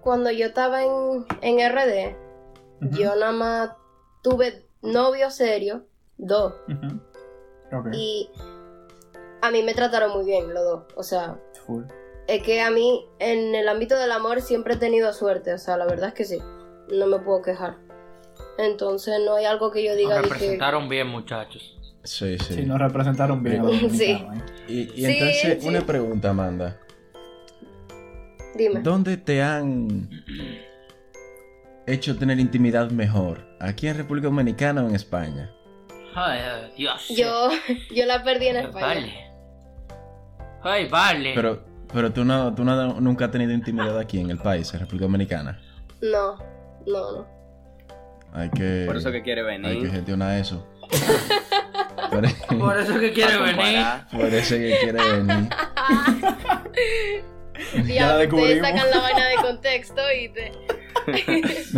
S5: Cuando yo estaba en, en RD,
S2: Ujú,
S5: yo nada más tuve novio serio, dos.
S2: ujú. Ok,
S5: Y a mí me trataron muy bien los dos. O sea,
S2: full.
S5: es que a mí en el ámbito del amor siempre he tenido suerte. O sea, la verdad es que sí. No me puedo quejar. Entonces no hay algo que yo diga
S3: Nos
S5: de que...
S3: representaron bien, muchachos.
S1: Sí, sí.
S2: Sí, nos representaron bien a los
S5: Sí.
S2: dominicanos. ¿eh?
S1: Y, y
S5: Sí,
S1: entonces,
S5: sí.
S1: una pregunta, Amanda.
S5: Dime.
S1: ¿Dónde te han hecho tener intimidad mejor? ¿Aquí en República Dominicana o en España?
S3: Ay, ay, Dios.
S5: Yo, yo la perdí en España.
S3: Vale. Ay, vale.
S1: Pero, pero tú, no, tú no- nunca has tenido intimidad aquí en el país, en República Dominicana.
S5: No, no, no.
S1: Hay que,
S4: por eso que quiere
S1: hay que
S4: venir.
S1: gestionar eso. por, mm,
S3: Por eso que quiere
S4: a
S3: venir.
S4: comparar.
S1: por eso que quiere venir.
S2: Ya la
S5: Ah. Diablo, ustedes
S2: descubrimos.
S5: sacan la vaina de contexto y te...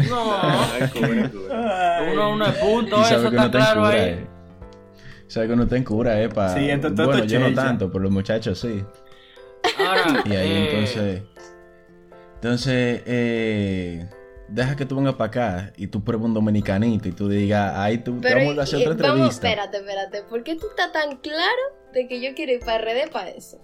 S3: No.
S4: Ay, cubre, cubre.
S2: Ay.
S3: Uno, uno es punto,
S1: Y sabe
S3: eso
S1: que uno está
S3: está
S1: en
S3: claro
S1: cura,
S3: ahí.
S1: eh. O sea, que uno está en cura, ¿eh? Pa...
S2: Sí, esto- esto-
S1: bueno,
S2: esto
S1: yo no
S2: checha.
S1: tanto, pero los muchachos sí.
S3: Ahora,
S1: Y ahí
S3: eh,
S1: entonces. Entonces, eh, deja que tú vengas para acá y tú pruebes un dominicanito y tú digas, ay, tú te
S5: Pero
S1: vamos a hacer
S5: y-
S1: otra
S5: vamos,
S1: entrevista.
S5: espérate, espérate. ¿Por qué tú estás tan claro de que yo quiero ir para RD para eso?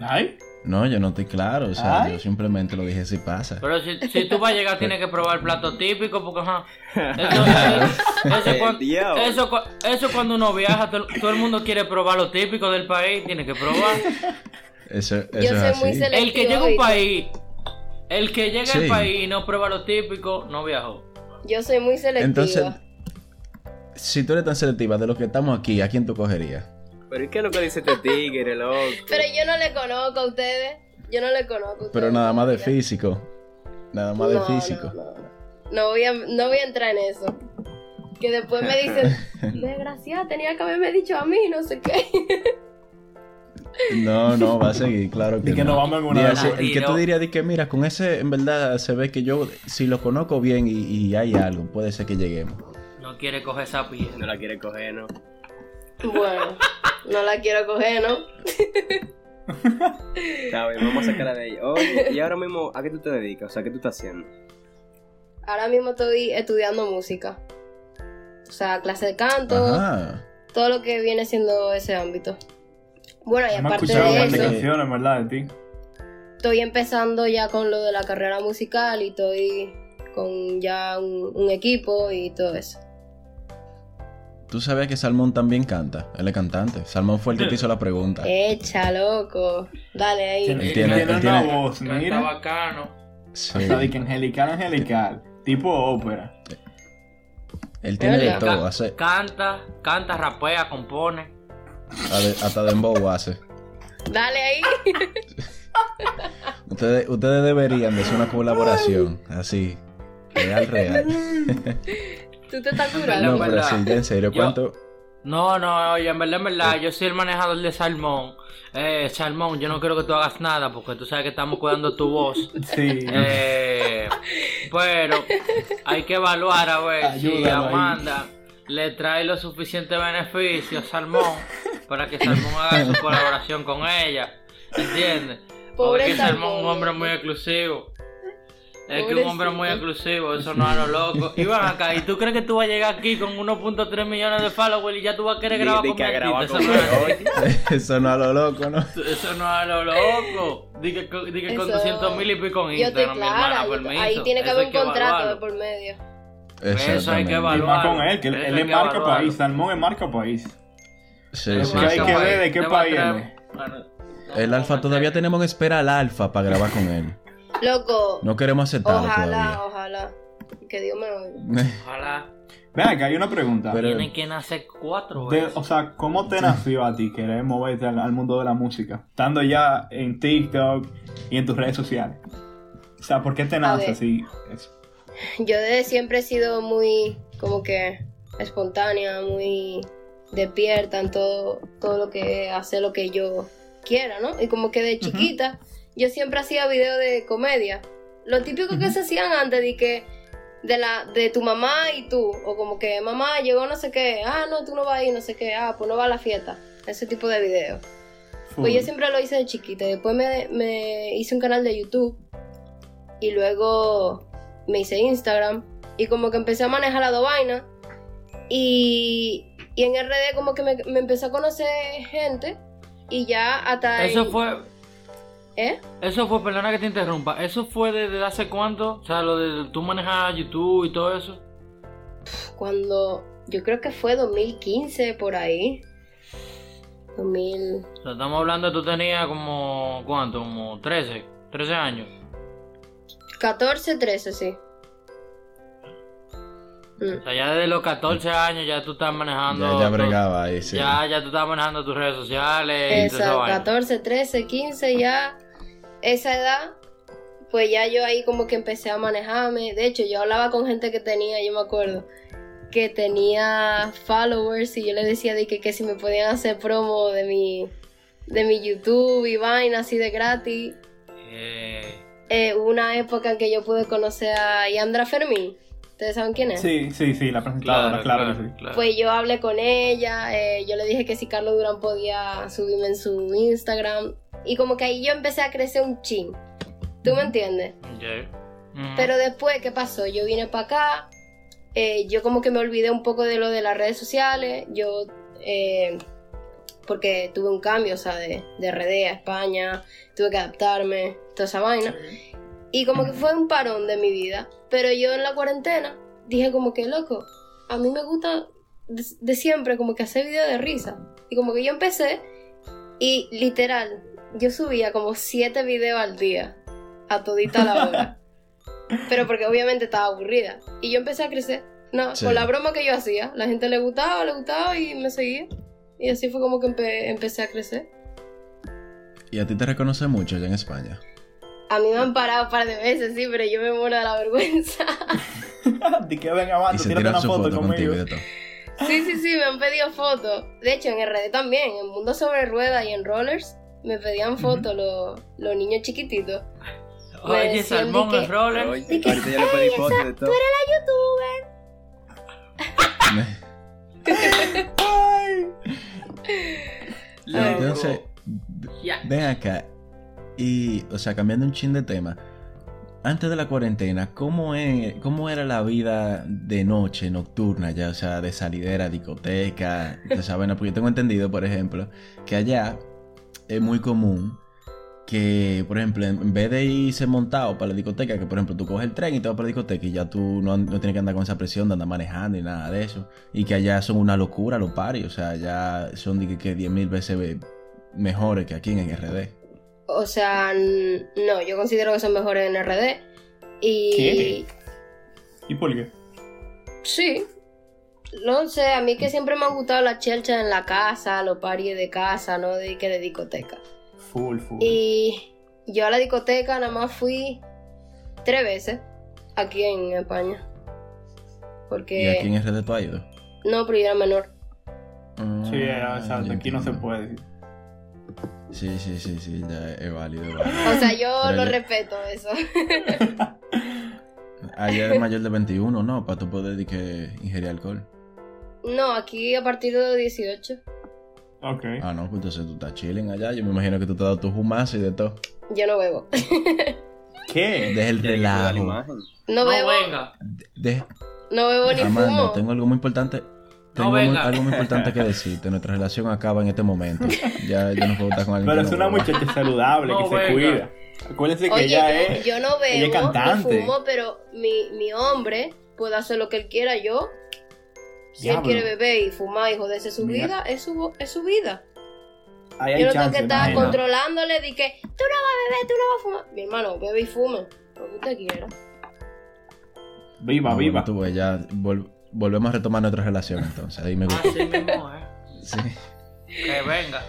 S2: Ay,
S1: no, yo no estoy claro, o sea,
S2: Ay.
S1: yo simplemente lo dije si pasa.
S3: Pero si, si tú vas a llegar, tienes que probar el plato típico, porque ajá. Eso, eso- eso cuan-
S4: Diablo.
S3: eso cua- eso cuando uno viaja, todo, todo el mundo quiere probar lo típico del país, tiene que probar.
S1: Eso, eso
S5: soy
S1: es
S5: muy
S1: así.
S5: selec-
S3: El que llega a un
S5: Electiva,
S3: país, el que llega
S1: Sí.
S3: al país y no prueba lo típico, no viajó.
S5: Yo soy muy selectiva.
S1: Entonces, si tú eres tan selectiva de los que estamos aquí, ¿a quién tú cogerías?
S4: Pero ¿y qué es lo que dice este tigre, loco?
S5: Pero yo no le conozco a ustedes. Yo no le conozco a ustedes.
S1: Pero nada más de
S5: Mm, Mira.
S1: físico. Nada más de
S5: No,
S1: físico.
S5: No, no, no. No voy, a, no voy a entrar en eso. Que después me dicen, desgraciada, tenía que haberme dicho a mí, no sé qué.
S1: No, no, va a seguir, claro que
S2: Di que
S1: no.
S2: nos vamos en una
S1: Di
S2: de
S1: ese-
S3: las-
S1: El que tú
S3: Tiro.
S1: dirías, di que mira, con ese en verdad se ve que yo, si lo conozco bien y, y hay algo, puede ser que lleguemos.
S3: No quiere coger esa
S4: No
S3: piedra.
S4: la quiere coger, ¿no?
S5: Bueno, no la quiero coger, ¿no?
S4: Está bien, vamos a sacarla de ahí. Oye, y ahora mismo, ¿a qué tú te dedicas? O sea, ¿qué tú estás haciendo?
S5: Ahora mismo estoy estudiando música. O sea, clase de canto,
S1: Ajá.
S5: todo lo que viene siendo ese ámbito. Bueno, y
S2: me
S5: aparte
S2: escuchado un
S5: de
S2: par de
S5: eso,
S1: canciones.
S2: canciones, ¿verdad? De ti.
S5: estoy empezando ya con lo de la carrera musical y estoy con ya un, un equipo y todo eso.
S1: Tú sabes que Salmón también canta. Él es cantante. Salmón fue el que te hizo la pregunta.
S5: Eh. Echa, loco. Dale ahí.
S1: Él Ah. tiene- él
S2: una
S1: tiene-
S2: voz,
S3: Está
S2: mira.
S3: bacano.
S1: Sí.
S2: Está de que angelical, angelical. Tipo ópera.
S1: Él tiene de
S5: Venga.
S1: todo. Hace,
S3: Canta, canta, rapea, compone.
S1: a de- hasta Dembow hace.
S5: Dale ahí.
S1: Ustedes, ustedes deberían de hacer una colaboración. Así. Real, real.
S5: Tú te estás curando.
S1: No,
S3: en
S1: pero
S3: verdad.
S1: sí, ya en serio.
S3: Yo-
S1: ¿Cuánto?
S3: No, no, oye, en verdad, en verdad, yo soy el manejador de Salmón. Eh, Salmón, yo no quiero que tú hagas nada porque tú sabes que estamos cuidando tu voz.
S2: Sí.
S3: Eh, pero hay que evaluar a ver si
S2: Ayúdalo ahí.
S3: Amanda le trae los suficientes beneficios a Salmón para que Salmón haga su colaboración con ella. ¿Entiendes? Porque
S5: Pobre
S3: es Salmón es un
S5: Salmón.
S3: hombre muy exclusivo. Es que un
S5: Pobrecito.
S3: hombre muy exclusivo, eso no es lo loco. Y van acá, ¿y tú crees que tú vas a llegar aquí con 1.3 millones de followers y ya tú vas a querer
S4: Di-
S3: grabar
S4: di
S3: con
S4: que
S3: mi
S4: graba
S3: artista?
S4: con
S3: Eso no es-
S4: Oye,
S1: Eso no a lo loco, ¿no?
S3: Eso no es lo loco. Dije con, di que con
S5: Eso-
S3: 200 mil y pico en
S5: Yo estoy
S3: Instagram, mi
S5: clara.
S3: hermana,
S5: yo-
S3: permiso.
S5: ahí tiene que
S3: Eso
S5: haber
S3: hay
S5: un contrato de
S3: evaluarlo.
S5: por medio.
S3: Eso hay
S1: Exactamente.
S3: que
S2: Y más con
S3: evaluarlo.
S2: él, que él,
S3: Eso
S2: él
S3: hay
S2: es
S3: que
S2: marca
S3: evaluarlo.
S2: país. Salmón es marca país.
S1: Sí, sí.
S2: Que hay
S1: sí.
S2: que ver de qué
S3: Te voy a
S2: país
S3: traer-
S2: él
S3: Bueno, no,
S1: El
S3: no,
S1: alfa
S3: no,
S1: todavía
S3: no.
S1: tenemos en espera al alfa para grabar con él.
S5: Loco,
S1: No queremos aceptarlo
S5: ojalá, ojalá. Que Dios me lo oiga.
S3: Ah,
S1: todavía.
S3: Ojalá.
S2: Ven acá, hay una pregunta.
S1: Pero-
S3: Tienen que nacer cuatro
S2: Eh. De-
S3: veces.
S2: o sea, ¿cómo te nació a ti querer moverte al, al mundo de la música? Estando ya en TikTok y en tus redes sociales. O sea, ¿por qué te nace
S5: ver.
S2: así? eso?
S5: Yo desde siempre he sido muy, como que, espontánea, muy despierta en todo, todo lo que hace lo que yo quiera, ¿no? Y como que de chiquita, yo siempre hacía videos de comedia. Lo típico que se hacían antes de que de la de tu mamá y tú o como que mamá llegó no sé qué ah no tú no vas a ir no sé qué ah pues no va a la fiesta ese tipo de videos Pues
S2: Mm.
S5: yo siempre lo hice de chiquita. y Después me, me hice un canal de YouTube. Y luego me hice Instagram. Y como que empecé a manejar la dos vainas. Y, y en RD como que me, me empecé a conocer gente. Y ya hasta...
S3: Eso
S5: en-
S3: fue,
S5: ¿Eh?
S3: eso fue, perdona que te interrumpa. ¿Eso fue desde hace cuánto? O sea, lo de tú manejas YouTube y todo eso.
S5: Cuando... Yo creo que fue 2015 por ahí. 2000...
S3: O sea, estamos hablando de tú tenías como, ¿cuánto? Como 13, 13 años.
S5: 14, 13, sí. Mm.
S3: O sea, ya desde los 14 años ya tú estás manejando.
S1: Ya, ya bregaba ahí, sí.
S3: Ya, ya tú estás manejando tus redes sociales. y toda esa
S5: Exacto,
S3: vaina.
S5: 14, 13, 15 ya, esa edad, pues ya yo ahí como que empecé a manejarme. De hecho, yo hablaba con gente que tenía, yo me acuerdo, que tenía followers y yo le decía de que, que si me podían hacer promo de mi, de mi YouTube y vaina así de gratis.
S3: Eh,
S5: Eh, hubo una época en que yo pude conocer a Yandra Fermín. ¿Ustedes saben quién es?
S2: Sí, sí, sí, la
S3: Claro,
S2: presentadora, claro,
S3: claro,
S2: que sí.
S3: claro.
S5: Pues yo hablé con ella, eh, yo le dije que si Carlos Durán podía subirme en su Instagram. Y como que ahí yo empecé a crecer un chin. ¿Tú me entiendes?
S3: Ok. Ujú.
S5: Pero después, ¿qué pasó? Yo vine para acá, eh, yo como que me olvidé un poco de lo de las redes sociales, yo, eh, porque tuve un cambio, o sea, de, de RD a España, tuve que adaptarme, toda esa vaina. Y como que fue un parón de mi vida, pero yo en la cuarentena dije como que, loco, a mí me gusta de, de siempre como que hacer videos de risa. Y como que yo empecé y literal, yo subía como siete videos al día, a todita la hora. Pero porque obviamente estaba aburrida. Y yo empecé a crecer. No,
S1: Sí.
S5: con la broma que yo hacía. La gente le gustaba, le gustaba y me seguía. Y así fue como que empe- empecé a crecer.
S1: Y a ti te reconoce mucho allá en España.
S5: A mí me han parado un par de veces, sí, pero yo me muero de la vergüenza.
S2: De que venga, va,
S1: y
S2: Ah, tú
S1: se
S2: tírate
S1: tiran
S2: una
S1: su
S2: foto,
S1: foto
S2: conmigo.
S1: contigo y de todo.
S5: Sí, sí, sí, me han pedido fotos. De hecho, en RD también, en Mundo Sobre Ruedas y en Rollers, me pedían fotos los, los niños chiquititos. me
S3: Oye,
S5: decían
S3: Salmón
S5: de que-
S3: es roller.
S4: Oye, ahorita yo le pedí fotos de todo.
S5: ¡Youtuber!
S1: Y Entonces,
S3: Ya.
S1: ven acá. Y, o sea, cambiando un chin de tema. Antes de la cuarentena, ¿cómo, es- cómo era la vida de noche, nocturna ya? O sea, de salidera, discoteca, de esa vaina? Porque yo tengo entendido, por ejemplo, que allá es muy común que, por ejemplo, en en vez de irse montado para la discoteca, que por ejemplo tú coges el tren y te vas para la discoteca y ya tú no, an- no tienes que andar con esa presión de andar manejando y nada de eso. Y que allá son una locura los paris, o sea, ya son de que, que 10.000 veces ve- mejores que aquí en RD.
S5: O sea, n- no, yo considero que son mejores en RD. Y.
S2: ¿Qué? ¿Y por qué?
S5: Sí. No sé, a mí que siempre me han gustado las chelchas en la casa, los paries de casa, no de que de discoteca.
S2: Full, full.
S5: Y yo a la discoteca nada más fui tres veces aquí en España.
S1: ¿Y aquí
S5: Porque
S1: en RD tú has ido?
S5: no, pero yo era menor.
S2: Sí,
S1: Ah,
S2: exacto,
S1: ya
S2: aquí no se
S1: entiendo.
S2: puede.
S1: Sí, sí, sí, sí, ya es válido. es válido.
S5: O sea, yo
S1: Pero
S5: lo
S1: yo-
S5: respeto eso.
S1: Allá es mayor de 21, ¿no? Para tú poder de que, ingerir alcohol.
S5: No, aquí a partir de los 18
S2: Ok.
S1: Ah, no, pues entonces tú estás chilling allá. Yo me imagino que tú te has dado tu humazo y de todo.
S5: yo no bebo.
S2: ¿Qué?
S1: Deja el
S4: Tiene que cuidar la
S1: relajo.
S4: imagen.
S5: No
S3: No
S5: bebo,
S3: venga.
S1: Deja,
S5: no bebo ni
S1: Amanda,
S5: fumo.
S1: tengo algo muy importante. Tengo muy-
S3: venga.
S1: algo muy importante que decirte. Nuestra relación acaba en este momento. Ya yo no puedo estar con alguien.
S2: Pero
S1: que
S2: es
S1: no
S2: una
S1: beba.
S2: muchacha saludable
S3: No,
S2: que se
S3: venga.
S2: cuida. Acuérdense que
S5: Oye,
S2: ella
S5: yo,
S2: es.
S5: yo no
S2: ella es
S5: bebo ni
S2: cantante.
S5: fumo, pero mi, mi hombre puede hacer lo que él quiera yo. Si
S2: Diablo.
S5: él quiere beber y fumar y joderse su
S2: Mira.
S5: vida, es su, es su vida.
S2: Ahí hay
S5: yo no tengo
S2: chance,
S5: que estar
S2: imagina.
S5: controlándole de que tú no vas a beber, tú no vas a fumar. Mi hermano, bebe y fume, lo que usted quiera.
S2: Viva,
S1: No,
S2: viva.
S1: bueno, tú, ves, ya vol- volvemos a retomar nuestra relación entonces. Ahí me gusta.
S3: Así mismo, ¿eh?
S5: Ah,
S1: Sí.
S3: Que venga.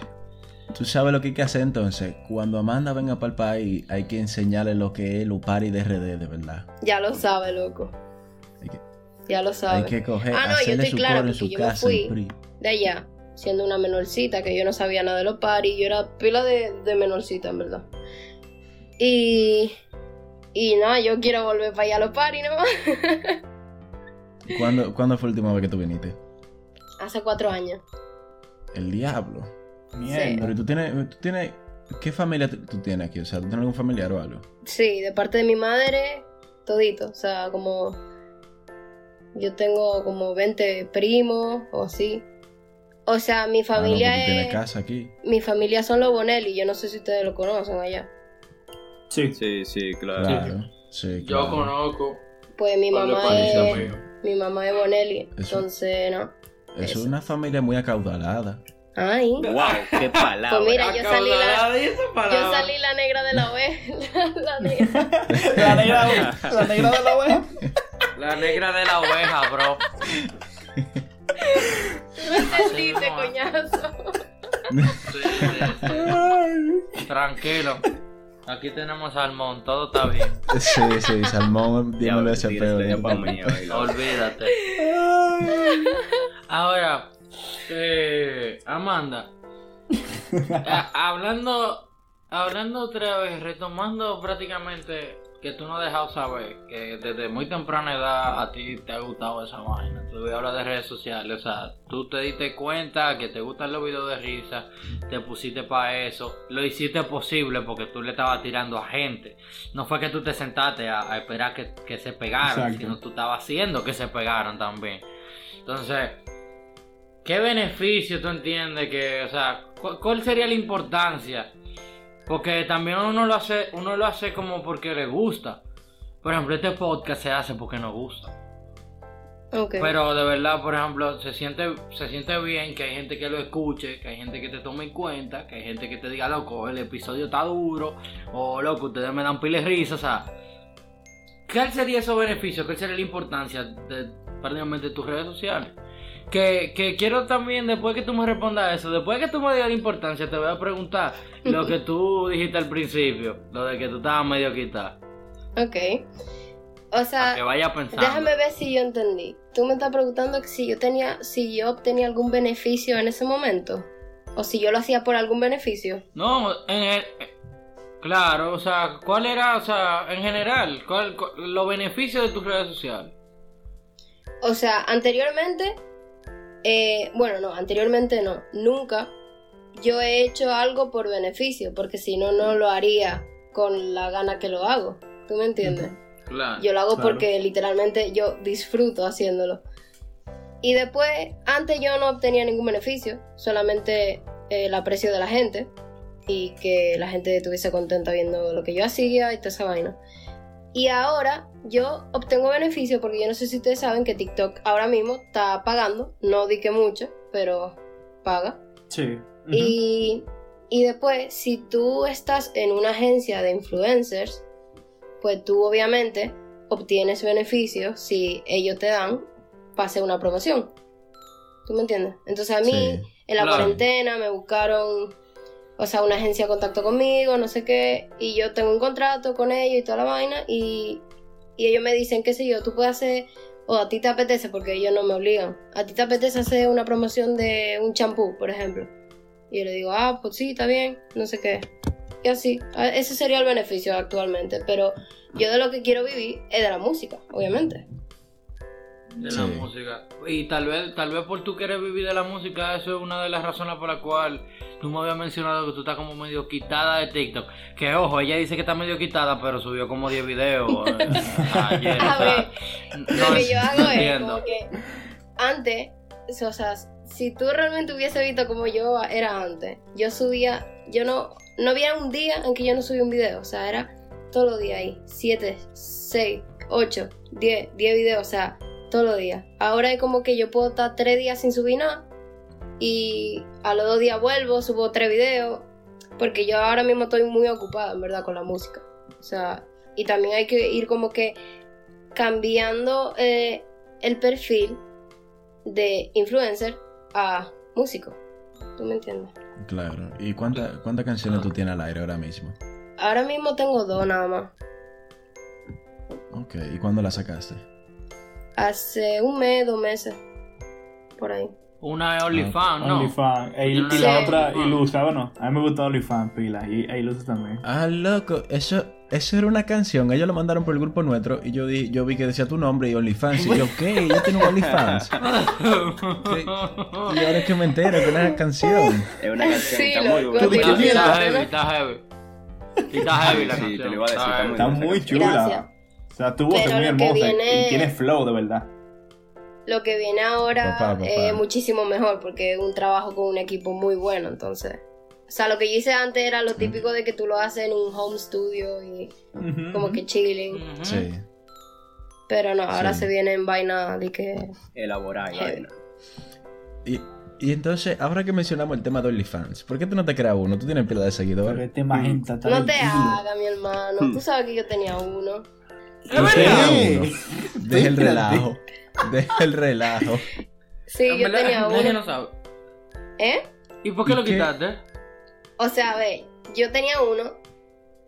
S1: Tú sabes lo que hay que hacer entonces. Cuando Amanda venga para el país, hay que enseñarle lo que es Lupari de RD, de verdad.
S5: Ya lo sabe, loco.
S1: Hay que-
S5: Ya lo
S1: Hay
S5: sabe.
S1: que coger,
S5: Ah, no, yo
S1: hacerle
S5: estoy
S1: su
S5: clara,
S1: coro en
S5: porque
S1: su
S5: yo me
S1: casa. en
S5: fui.
S1: PRI.
S5: De allá, siendo una menorcita, que yo no sabía nada de los paris, yo era pila de, de menorcita, en verdad. Y. Y nada, yo quiero volver para allá a los paris, ¿no?
S1: ¿Cuándo, ¿Cuándo fue la última vez que tú viniste?
S5: Hace cuatro años.
S1: El diablo.
S2: Mierda.
S1: Pero tú tienes, tú tienes, ¿qué familia t- tú tienes aquí? O sea, ¿tú tienes algún familiar o algo?
S5: Sí, de parte de mi madre, todito. O sea, como. Yo tengo como 20 primos o así. O sea, mi
S1: Ah, no,
S5: familia
S1: porque tú tienes
S5: es.
S1: casa aquí.
S5: Mi familia son los Bonelli. Yo no sé si ustedes lo conocen allá.
S2: Sí.
S4: Sí, sí, claro.
S1: Claro. Sí,
S3: Yo
S1: claro.
S3: conozco.
S5: Pues mi
S3: Pablo
S5: mamá
S3: París,
S5: es.
S3: amigo.
S5: Mi mamá es Bonelli.
S1: Eso.
S5: Entonces, no.
S1: Es
S5: Eso.
S1: una familia muy acaudalada.
S5: Ay.
S4: Wow, qué palabra.
S5: Pues mira, yo salí la.
S3: Acaudalada, ¿y esa palabra?
S5: Yo salí la negra de la oveja. La negra.
S2: La negra, la negra de la oveja.
S3: La negra de la oveja, bro.
S5: Entendiste, coñazo.
S3: Sí, sí, sí. Tranquilo. Aquí tenemos salmón, todo está bien.
S1: Sí, sí, Salmón,
S4: Ya,
S1: dímelo ese
S4: sí,
S1: peor. eh.
S4: estoy pa' mí, baila.
S3: Olvídate. Ahora, eh, Amanda. a- eh, hablando Hablando otra vez, retomando prácticamente que tú no has dejado saber que desde muy temprana edad a ti te ha gustado esa vaina. Te voy a hablar de redes sociales, o sea, tú te diste cuenta que te gustan los videos de risa, te pusiste para eso, lo hiciste posible porque tú le estabas tirando a gente. No fue que tú te sentaste a, a esperar que, que se pegaran,
S2: Exacto.
S3: sino tú estabas haciendo que se pegaran también. Entonces, ¿qué beneficio tú entiendes que, o sea, cu- cuál sería la importancia? Porque también uno lo hace, uno lo hace como porque le gusta. Por ejemplo, este podcast se hace porque nos gusta.
S5: Ok.
S3: Pero de verdad, por ejemplo, se siente, se siente bien que hay gente que lo escuche, que hay gente que te tome en cuenta, que hay gente que te diga, loco, el episodio está duro, o loco, ustedes me dan piles risas, o sea. ¿Cuál sería esos beneficios? ¿Cuál sería la importancia de prácticamente tus redes sociales? Que, que quiero también, después que tú me respondas eso, después que tú me digas la importancia, te voy a preguntar lo que tú dijiste al principio, lo de que tú estabas medio quitada.
S5: Ok. O sea,
S3: Pa' que vaya pensando.
S5: Ah, Déjame ver si yo entendí. Tú me estás preguntando que si yo tenía, si yo obtenía algún beneficio en ese momento. O si yo lo hacía por algún beneficio.
S3: No, en el- eh, claro, o sea, ¿cuál era, o sea, en general, cuál, cu- los beneficios de tus redes sociales?
S5: O sea, anteriormente, eh, bueno, no, anteriormente no, nunca yo he hecho algo por beneficio, porque si no, no lo haría con la gana que lo hago. ¿Tú me entiendes?
S3: Claro.
S5: Yo lo hago
S2: Claro.
S5: porque literalmente yo disfruto haciéndolo. Y después, antes yo no obtenía ningún beneficio, solamente eh, el aprecio de la gente y que la gente estuviese contenta viendo lo que yo hacía y toda esa vaina. Y ahora yo obtengo beneficio porque yo no sé si ustedes saben que TikTok ahora mismo está pagando, no di que mucho, pero paga.
S2: Sí.
S5: Y, y después, si tú estás en una agencia de influencers, pues tú obviamente obtienes beneficios si ellos te dan pase una promoción. ¿Tú me entiendes? Entonces a mí,
S1: Sí.
S5: en la
S3: Claro.
S5: cuarentena, me buscaron, o sea, una agencia de contacto conmigo, no sé qué, y yo tengo un contrato con ellos y toda la vaina, y, y ellos me dicen, qué sé yo, tú puedes hacer, o a ti te apetece, porque ellos no me obligan, a ti te apetece hacer una promoción de un champú, por ejemplo. Y yo le digo, ah, pues sí, está bien, no sé qué. Y así, A- ese sería el beneficio actualmente, pero yo de lo que quiero vivir es de la música, obviamente.
S3: de
S1: Sí.
S3: la música. Y tal vez, tal vez por tú querer vivir de la música, eso es una de las razones por la cual tú me habías mencionado que tú estás como medio quitada de TikTok. Que ojo, ella dice que está medio quitada, pero subió como 10 videos eh, ayer.
S5: A
S3: o sea,
S5: ver,
S3: no
S5: Lo que yo hago es
S3: entiendo.
S5: como que antes, o sea, si tú realmente hubiese visto como yo era antes, yo subía, yo no, no había un día en que yo no subía un video, o sea, era todos los días ahí, 7, 6, 8, 10, 10 videos, o sea, todos los días. Ahora es como que yo puedo estar 3 días sin subir nada y a los dos días vuelvo, subo 3 videos, porque yo ahora mismo estoy muy ocupada, en verdad, con la música. O sea, y también hay que ir como que cambiando eh, el perfil de influencer a músico. ¿Tú me entiendes?
S1: Claro. ¿Y cuánta- cuántas canciones tú tienes al aire ahora mismo?
S5: Ahora mismo tengo dos nada más.
S1: Ok. ¿Y cuándo las sacaste?
S5: Hace un mes, dos meses. Por ahí.
S3: Una es OnlyFans,
S1: Ah,
S3: ¿no?
S2: OnlyFans. E-
S3: Yo no
S2: y
S5: le
S2: la
S5: digo
S2: otra,
S3: OnlyFans.
S2: Ilusa. Bueno, a mí me gusta OnlyFans, pila. Y e Ilusa también.
S1: Ah, loco. Eso, eso era una canción. Ellos lo mandaron por el grupo nuestro y yo, di- yo vi que decía tu nombre y OnlyFans. Y yo, ¿qué? Yo tengo OnlyFans. Sí. Y ahora es que me entero que era una canción.
S4: Es una canción,
S5: Sí,
S4: está muy
S5: loco,
S4: dura.
S2: ¿Tú de
S3: Está,
S2: qué
S3: está
S2: mierda?
S3: heavy, está heavy. Sí, está heavy la
S4: Sí,
S3: canción.
S4: te lo iba a decir,
S3: está
S4: está
S3: heavy.
S4: muy
S2: Está muy chula.
S5: Gracias.
S2: O sea, tu voz es
S5: Pero
S2: muy
S5: lo que
S2: hermosa. y-
S5: viene-
S2: Y tiene flow, de verdad.
S5: Lo que viene ahora
S1: Papá, papá.
S5: es muchísimo mejor porque es un trabajo con un equipo muy bueno, entonces. O sea, lo que yo hice antes era lo típico de que tú lo haces en un home studio y
S2: Ujú.
S5: como que chilling.
S3: Ujú.
S1: Sí.
S5: Pero no, ahora
S1: Sí.
S5: se viene en vaina de que
S4: Elaborar y
S5: Heavy.
S4: vaina.
S1: Y, y entonces, ahora que mencionamos el tema de OnlyFans, ¿por qué tú no te creas uno? Tú tienes pila de
S2: Pero
S1: seguidores.
S2: este magenta está
S5: No te
S2: bien chulo.
S5: hagas, mi hermano. Tú sabes que yo tenía uno.
S3: Es
S1: No te
S3: verdad.
S1: hagas uno. Deja el
S2: Espérate.
S1: relajo. Deja el relajo.
S5: Sí,
S3: En
S5: yo
S3: verdad,
S5: tenía
S3: nadie
S5: uno.
S3: lo sabe.
S5: ¿Eh?
S3: ¿Y por qué
S1: ¿Y
S3: lo
S1: qué?
S3: quitaste?
S5: O sea, a ver, yo tenía uno.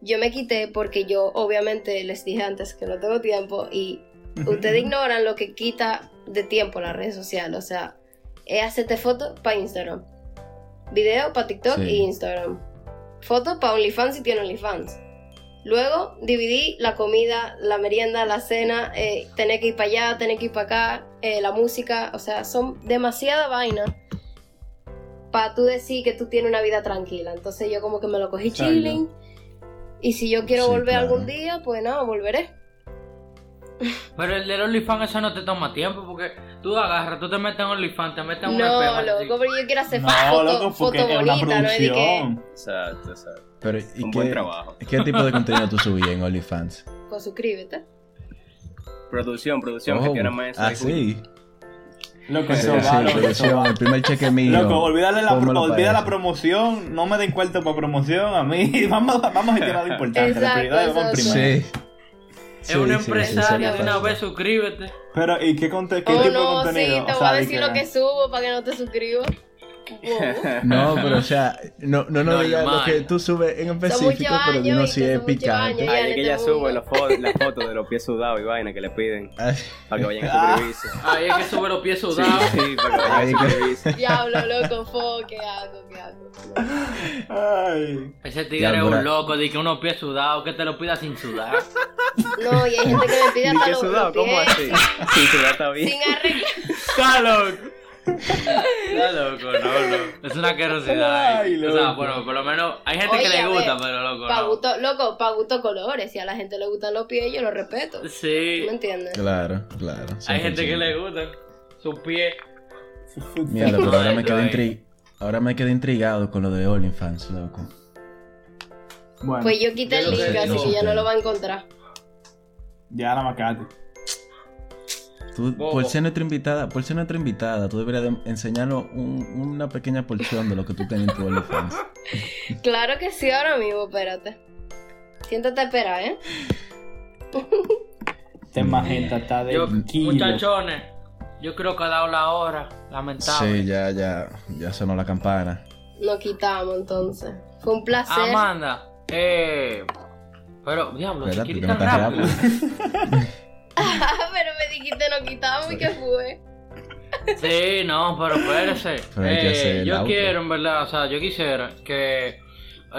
S5: Yo me quité porque yo, obviamente, les dije antes que no tengo tiempo. Y ustedes ignoran lo que quita de tiempo las redes sociales. O sea, es hacerte fotos para Instagram. Video para TikTok
S1: Sí.
S5: y Instagram. Fotos para OnlyFans si tiene OnlyFans. Luego dividí la comida, la merienda, la cena, eh, tener que ir para allá, tener que ir para acá, eh, la música, o sea, son demasiada vaina para tú decir que tú tienes una vida tranquila. Entonces yo como que me lo cogí
S2: Exacto.
S5: chilling y si yo quiero
S1: Sí,
S5: volver
S1: claro.
S5: algún día, pues nada, volveré.
S3: Pero el del OnlyFans eso no te toma tiempo porque tú agarras, tú te metes en OnlyFans, te metes en una
S5: No,
S3: peba,
S5: loco,
S3: así.
S5: pero yo quiero hacer
S2: No,
S5: foto,
S2: loco, porque
S5: foto
S2: es una
S5: bonita, ¿no? Es de que
S2: producción.
S4: Exacto, exacto.
S1: Pero, ¿y
S4: Un
S1: qué,
S4: buen trabajo.
S1: ¿Qué tipo de contenido tú subías en OnlyFans?
S5: pues, suscríbete.
S4: Producción, producción, que
S1: Oh,
S4: tú eres maestra.
S1: ah, sí.
S2: Loco,
S1: Sí,
S2: eso
S1: sí,
S2: va, loco, eso
S1: producción,
S2: va.
S1: el primer cheque mío.
S2: Loco, olvídale la,
S1: Pónmelo
S2: pro-
S1: para
S2: olvida la
S1: eso.
S2: promoción, no me den cuarto para promoción a mí. Vamos, vamos a gestionar lo importante, las
S5: Exacto,
S2: prioridades van
S5: exacto.
S2: primero.
S1: Sí.
S3: Es una empresaria de una
S1: fácil.
S3: vez, suscríbete.
S2: Pero, ¿y qué, conte- qué
S5: Oh
S2: tipo de
S5: no, sí,
S2: contenido?
S5: te
S2: O
S5: voy
S2: sea,
S5: a
S2: de
S5: decir lo que subo para que no te suscribas. Bobo.
S1: No, pero o sea, no, no, no,
S3: Normal.
S1: digas lo que tú subes en específico,
S5: muchos
S1: pero
S5: años,
S1: dinos
S5: Víctor,
S1: si es
S5: son muchos
S1: picante.
S4: Ay,
S5: años. en
S4: es que
S5: este
S4: ella
S5: mundo.
S4: sube las fo- las fotos de los pies sudados y vaina que le piden
S1: Ay,
S4: para que vayan a suscribirse.
S3: Ahí es que sube los pies
S4: Sí,
S3: sudados.
S4: sí, para que
S1: Ah. Ay,
S4: vayan a
S1: que-
S4: suscribirse.
S5: Diablo, loco, fo, ¿qué hago? ¿Qué hago?
S2: Ay.
S3: Ese tigre es
S1: Diablo.
S3: un loco, di que unos pies sudados, que te lo pida sin sudar.
S5: No, y hay gente que me pide
S4: Ni
S5: hasta
S4: que
S5: los,
S4: sudado,
S5: los
S4: ¿cómo
S5: pies
S4: así? Sí, sudado está bien.
S5: sin arreglar.
S3: Está loco. Está loco, no, no. Es una asquerosidad.
S2: Ay,
S3: O sea,
S2: loco.
S3: bueno, por lo menos hay gente que
S5: Oye,
S3: le
S5: a ver,
S3: gusta, pero loco.
S5: Pa'
S3: no.
S5: gusto, loco, pa' gusto colores. Si a la gente le gustan los pies, yo lo respeto. ¿Tú
S3: Sí,
S5: ¿Me entiendes?
S1: claro, claro.
S3: hay gente que
S1: 100%.
S3: le gusta. Sus pies.
S1: Mierda, pero ahora me
S3: Ay,
S1: quedé
S3: ay.
S1: intri- Ahora me quedé intrigado con lo de OnlyFans, loco.
S2: Bueno,
S5: Pues yo quité
S3: Yo
S5: el
S3: lo sé,
S5: link,
S3: yo
S5: así
S3: lo
S5: que ya
S1: sé.
S5: no lo va a encontrar.
S2: ya la macate.
S1: Tú,
S3: Bobo.
S1: por ser nuestra invitada, por ser nuestra invitada, tú deberías de enseñarnos un- una pequeña porción de lo que tú tienes en tu OnlyFans.
S5: Claro que sí, ahora mismo, espérate. Siéntate a esperar, ¿eh?
S2: Este magenta está de
S3: Yo,
S2: kilo.
S3: muchachones, yo creo que ha dado la hora. Lamentable.
S1: Sí, ya, ya, ya sonó la campana.
S5: Nos quitamos entonces. Fue un placer.
S3: Amanda, eh. Pero, diablo, si
S1: ¿Verdad? Porque
S3: quieres
S1: no
S3: tan
S1: estás
S3: rápido.
S1: rápido.
S5: Pero me dijiste nos quitamos y qué fue.
S3: Sí, no, pero espérese.
S1: Pero hay que
S3: Eh,
S1: hacer el
S3: yo
S1: outro.
S3: quiero, en verdad, o sea, yo quisiera que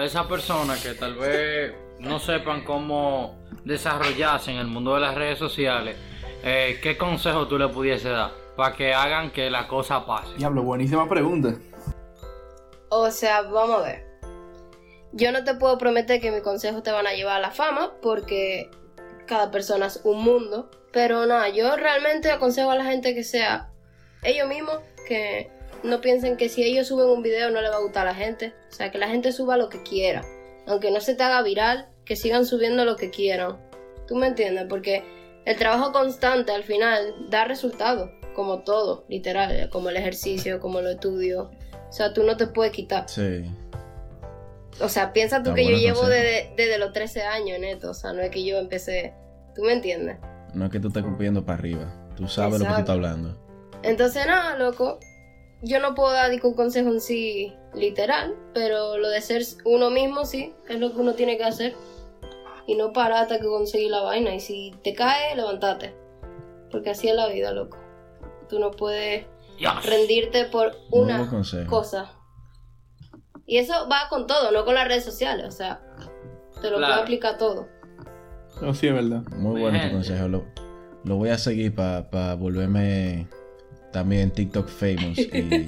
S3: esas personas que tal vez no sepan cómo desarrollarse en el mundo de las redes sociales, eh, ¿qué consejo tú le pudiese dar para que hagan que la cosa pase?
S2: Diablo, buenísima pregunta.
S5: O sea, vamos a ver. Yo no te puedo prometer que mis consejos te van a llevar a la fama porque cada persona es un mundo. Pero nada, yo realmente aconsejo a la gente que sea ellos mismos, que no piensen que si ellos suben un video no le va a gustar a la gente. O sea, que la gente suba lo que quiera. Aunque no se te haga viral, que sigan subiendo lo que quieran. ¿Tú me entiendes? Porque el trabajo constante al final da resultados, como todo, literal, como el ejercicio, como los estudios. O sea, tú no te puedes quitar.
S1: Sí.
S5: O sea, piensa tú
S1: Está
S5: que yo
S1: bueno el
S5: llevo
S1: consejo.
S5: desde, desde los 13 años en esto. O sea, no es que yo empecé. ¿Tú me entiendes?
S1: No es que tú estás cumpliendo para arriba. Tú sabes lo que tú
S5: Exacto.
S1: estás hablando.
S5: Entonces, nada, loco. Yo no puedo dar ningún consejo en sí literal, pero lo de ser uno mismo sí es lo que uno tiene que hacer. Y no parar hasta que conseguí la vaina. Y si te caes, levántate. Porque así es la vida, loco. Tú no puedes
S3: Dios.
S5: rendirte por una
S1: Nuevo consejo.
S5: cosa. Y eso va con todo, no con las redes sociales, o sea, te lo
S3: Claro.
S5: puedo aplicar todo.
S2: No, sí, es verdad.
S1: Muy
S3: Muy
S1: bueno tu
S3: bien.
S1: consejo. Lo, lo voy a seguir para volverme también TikTok famous y,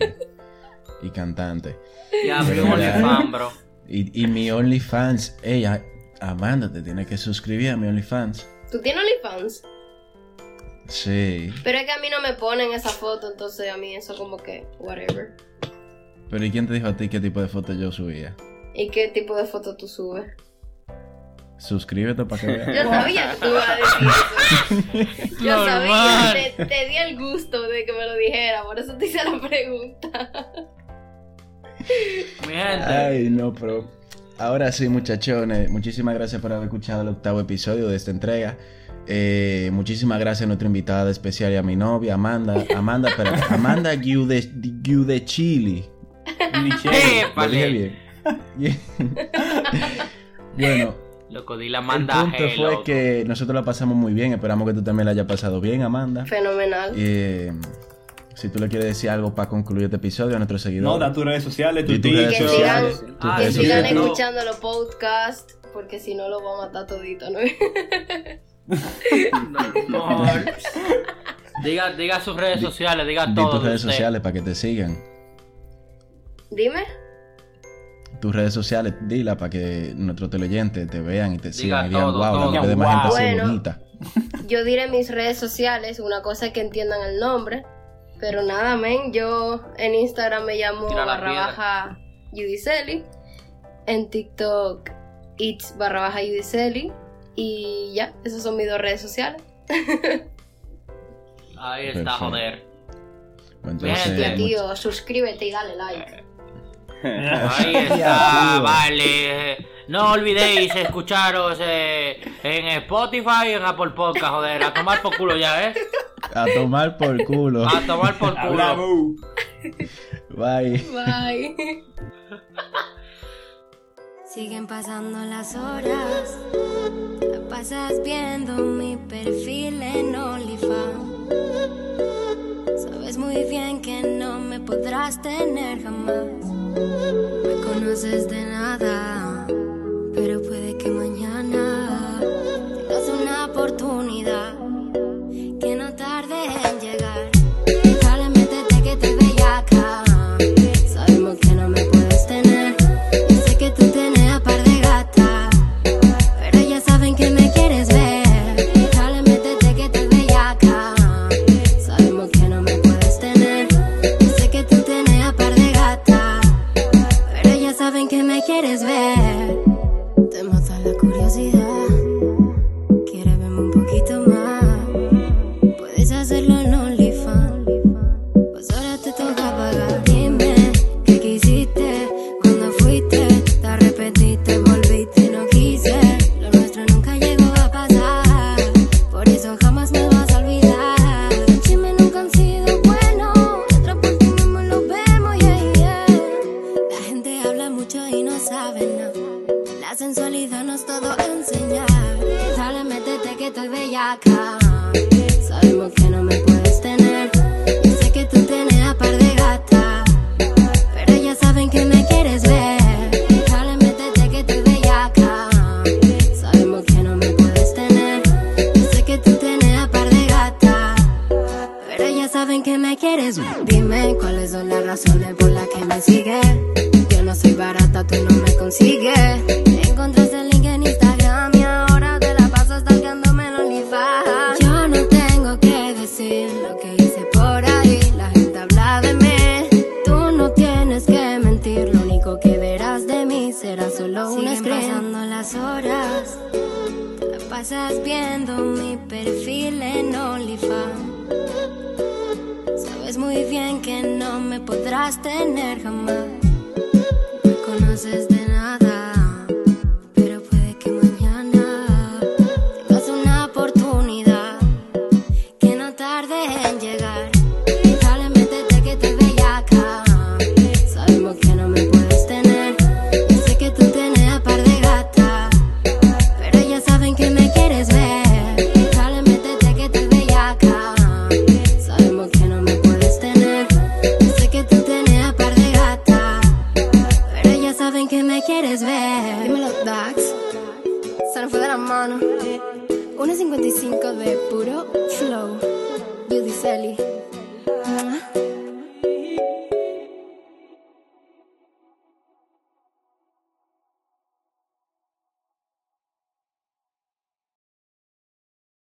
S1: y cantante.
S3: Ya abrió
S1: Pero ya.
S3: OnlyFans, bro.
S1: Y, y mi OnlyFans. Ey, a- Amanda, te tienes que suscribir a mi OnlyFans.
S5: Tú tienes OnlyFans,
S1: Sí.
S5: pero es que a mí no me ponen esa foto, entonces a mí eso como que, whatever.
S1: Pero ¿y quién te dijo a ti qué tipo de fotos yo subía?
S5: ¿Y qué tipo de foto tú subes?
S1: Suscríbete para que veas.
S5: Yo sabía que tú ibas a decir eso. Yo
S3: Normal.
S5: sabía, te, te di el gusto de que me lo dijera, por eso te hice la pregunta.
S3: Mi gente,
S1: Ay, no, pero. Ahora sí, muchachones, muchísimas gracias por haber escuchado el octavo episodio de esta entrega. Eh, muchísimas gracias a nuestra invitada especial y a mi novia, Amanda. Amanda, espérate, Amanda Guiu de, Guiu de Chile.
S2: Nichelle.
S1: Lo dije
S3: Épale.
S1: bien. bueno,
S3: loco, di la
S1: el
S3: manda
S1: punto
S3: hey,
S1: fue
S3: loco.
S1: que nosotros la pasamos muy bien. Esperamos que tú también la hayas pasado bien, Amanda.
S5: Fenomenal.
S1: Eh, Si tú le quieres decir algo para concluir este episodio a nuestros
S2: No,
S1: seguidores.
S2: da tus redes sociales,
S1: Y
S2: tu
S1: tus
S2: Twitter.
S1: redes
S5: Que
S1: sociales.
S5: sigan-
S1: tus
S3: Ah,
S5: Que
S1: redes
S3: eso
S5: sigan
S1: sociales.
S3: sí, no.
S5: escuchando los podcasts, porque si no lo voy a matar todito, ¿no?
S3: No, no. diga, diga sus redes
S1: Di-
S3: sociales, diga
S1: Di
S3: todo.
S1: tus
S3: de
S1: redes
S3: usted.
S1: sociales para que te sigan.
S5: Dime.
S1: Tus redes sociales, dila para que nuestros teleoyentes te vean y te sigan y digan,
S3: todo,
S1: wow,
S3: todo.
S1: la mujer de más gente así es
S5: Bueno.
S1: bonita. Pues,
S5: Yo diré mis redes sociales, una cosa es que entiendan el nombre, pero nada, men, yo en Instagram me llamo
S3: Tira la
S5: barra
S3: piedra.
S5: baja Yudiceli, en TikTok it's barra baja Yudiceli, y ya, esas son mis dos redes sociales.
S3: Ahí está,
S1: Perfecto.
S3: joder.
S1: Entonces,
S3: Bien,
S1: much-
S5: Tío, oh, suscríbete y dale like.
S3: Ahí está, vale. No olvidéis escucharos eh, en Spotify y en Apple Podcast, joder. A tomar por culo ya, ¿eh?
S1: a tomar por culo.
S3: A tomar por culo.
S2: Hablamos.
S1: Bye.
S5: Bye.
S6: Siguen pasando las horas, la pasas viendo mi perfil en OnlyFans. Sabes muy bien que no me podrás tener jamás. Me conoces de nada, pero puede que mañana tengas una oportunidad que no tarde en llegar. Probablemente desde que te veía acá, sabemos que no me puedes tener. Yo sé que tú tienes a par de gata, pero ya saben que me quieres ver. Probablemente desde que te veía acá, sabemos que no me puedes tener. Yo sé que tú tienes a par de gata, pero ya saben que me quieres ver. Te mata la curiosidad, quieres verme un poquito más. Puedes hacerlo en OnlyFans Pues ahora te toca pagar Dime, ¿qué quisiste? Cuando fuiste? Te arrepentiste, volviste, no quise Lo nuestro nunca llegó a pasar Por eso jamás me vas a olvidar Los chismes nunca han sido buenos Entra por ti mismo y lo vemos, yeah, yeah La gente habla mucho y no sabe nada la sensualidad nos todo enseña. Probablemente desde que estoy bellaca. Sabemos que no me puedes tener. Yo sé que tú tienes a par de gata. Pero ya saben que me quieres ver. Probablemente desde que estoy bellaca. Sabemos que no me puedes tener. Yo sé que tú tienes a par de gata. Pero ya saben que me quieres ver. Dime cuáles son las razones por las que me sigues. Yo no soy barata, tú no me consigues. Encontraste el link en Instagram y ahora te la pasas talgándome en OnlyFans. Yo no tengo que decir lo que hice por ahí. La gente habla de mí. Tú no tienes que mentir. Lo único que verás de mí será solo una screen. pasando las horas. Te la pasas viendo mi perfil en OnlyFans. Sabes muy bien que no me podrás tener jamás. No me conoces de nada, pero puede que mañana tengas una oportunidad que no tarde en llegar. Probablemente desde que te veía acá, sabemos que no me puedes tener. Yo sé que tú tienes a par de gata, pero ya saben que me quieres ver. Probablemente desde que te veía acá, sabemos que no me puedes tener. Yo sé que tú tienes a par de gata, pero ya saben que me quieres ver. Dímelo, Dax. Se nos fue de la mano. 1.55 de puro flow.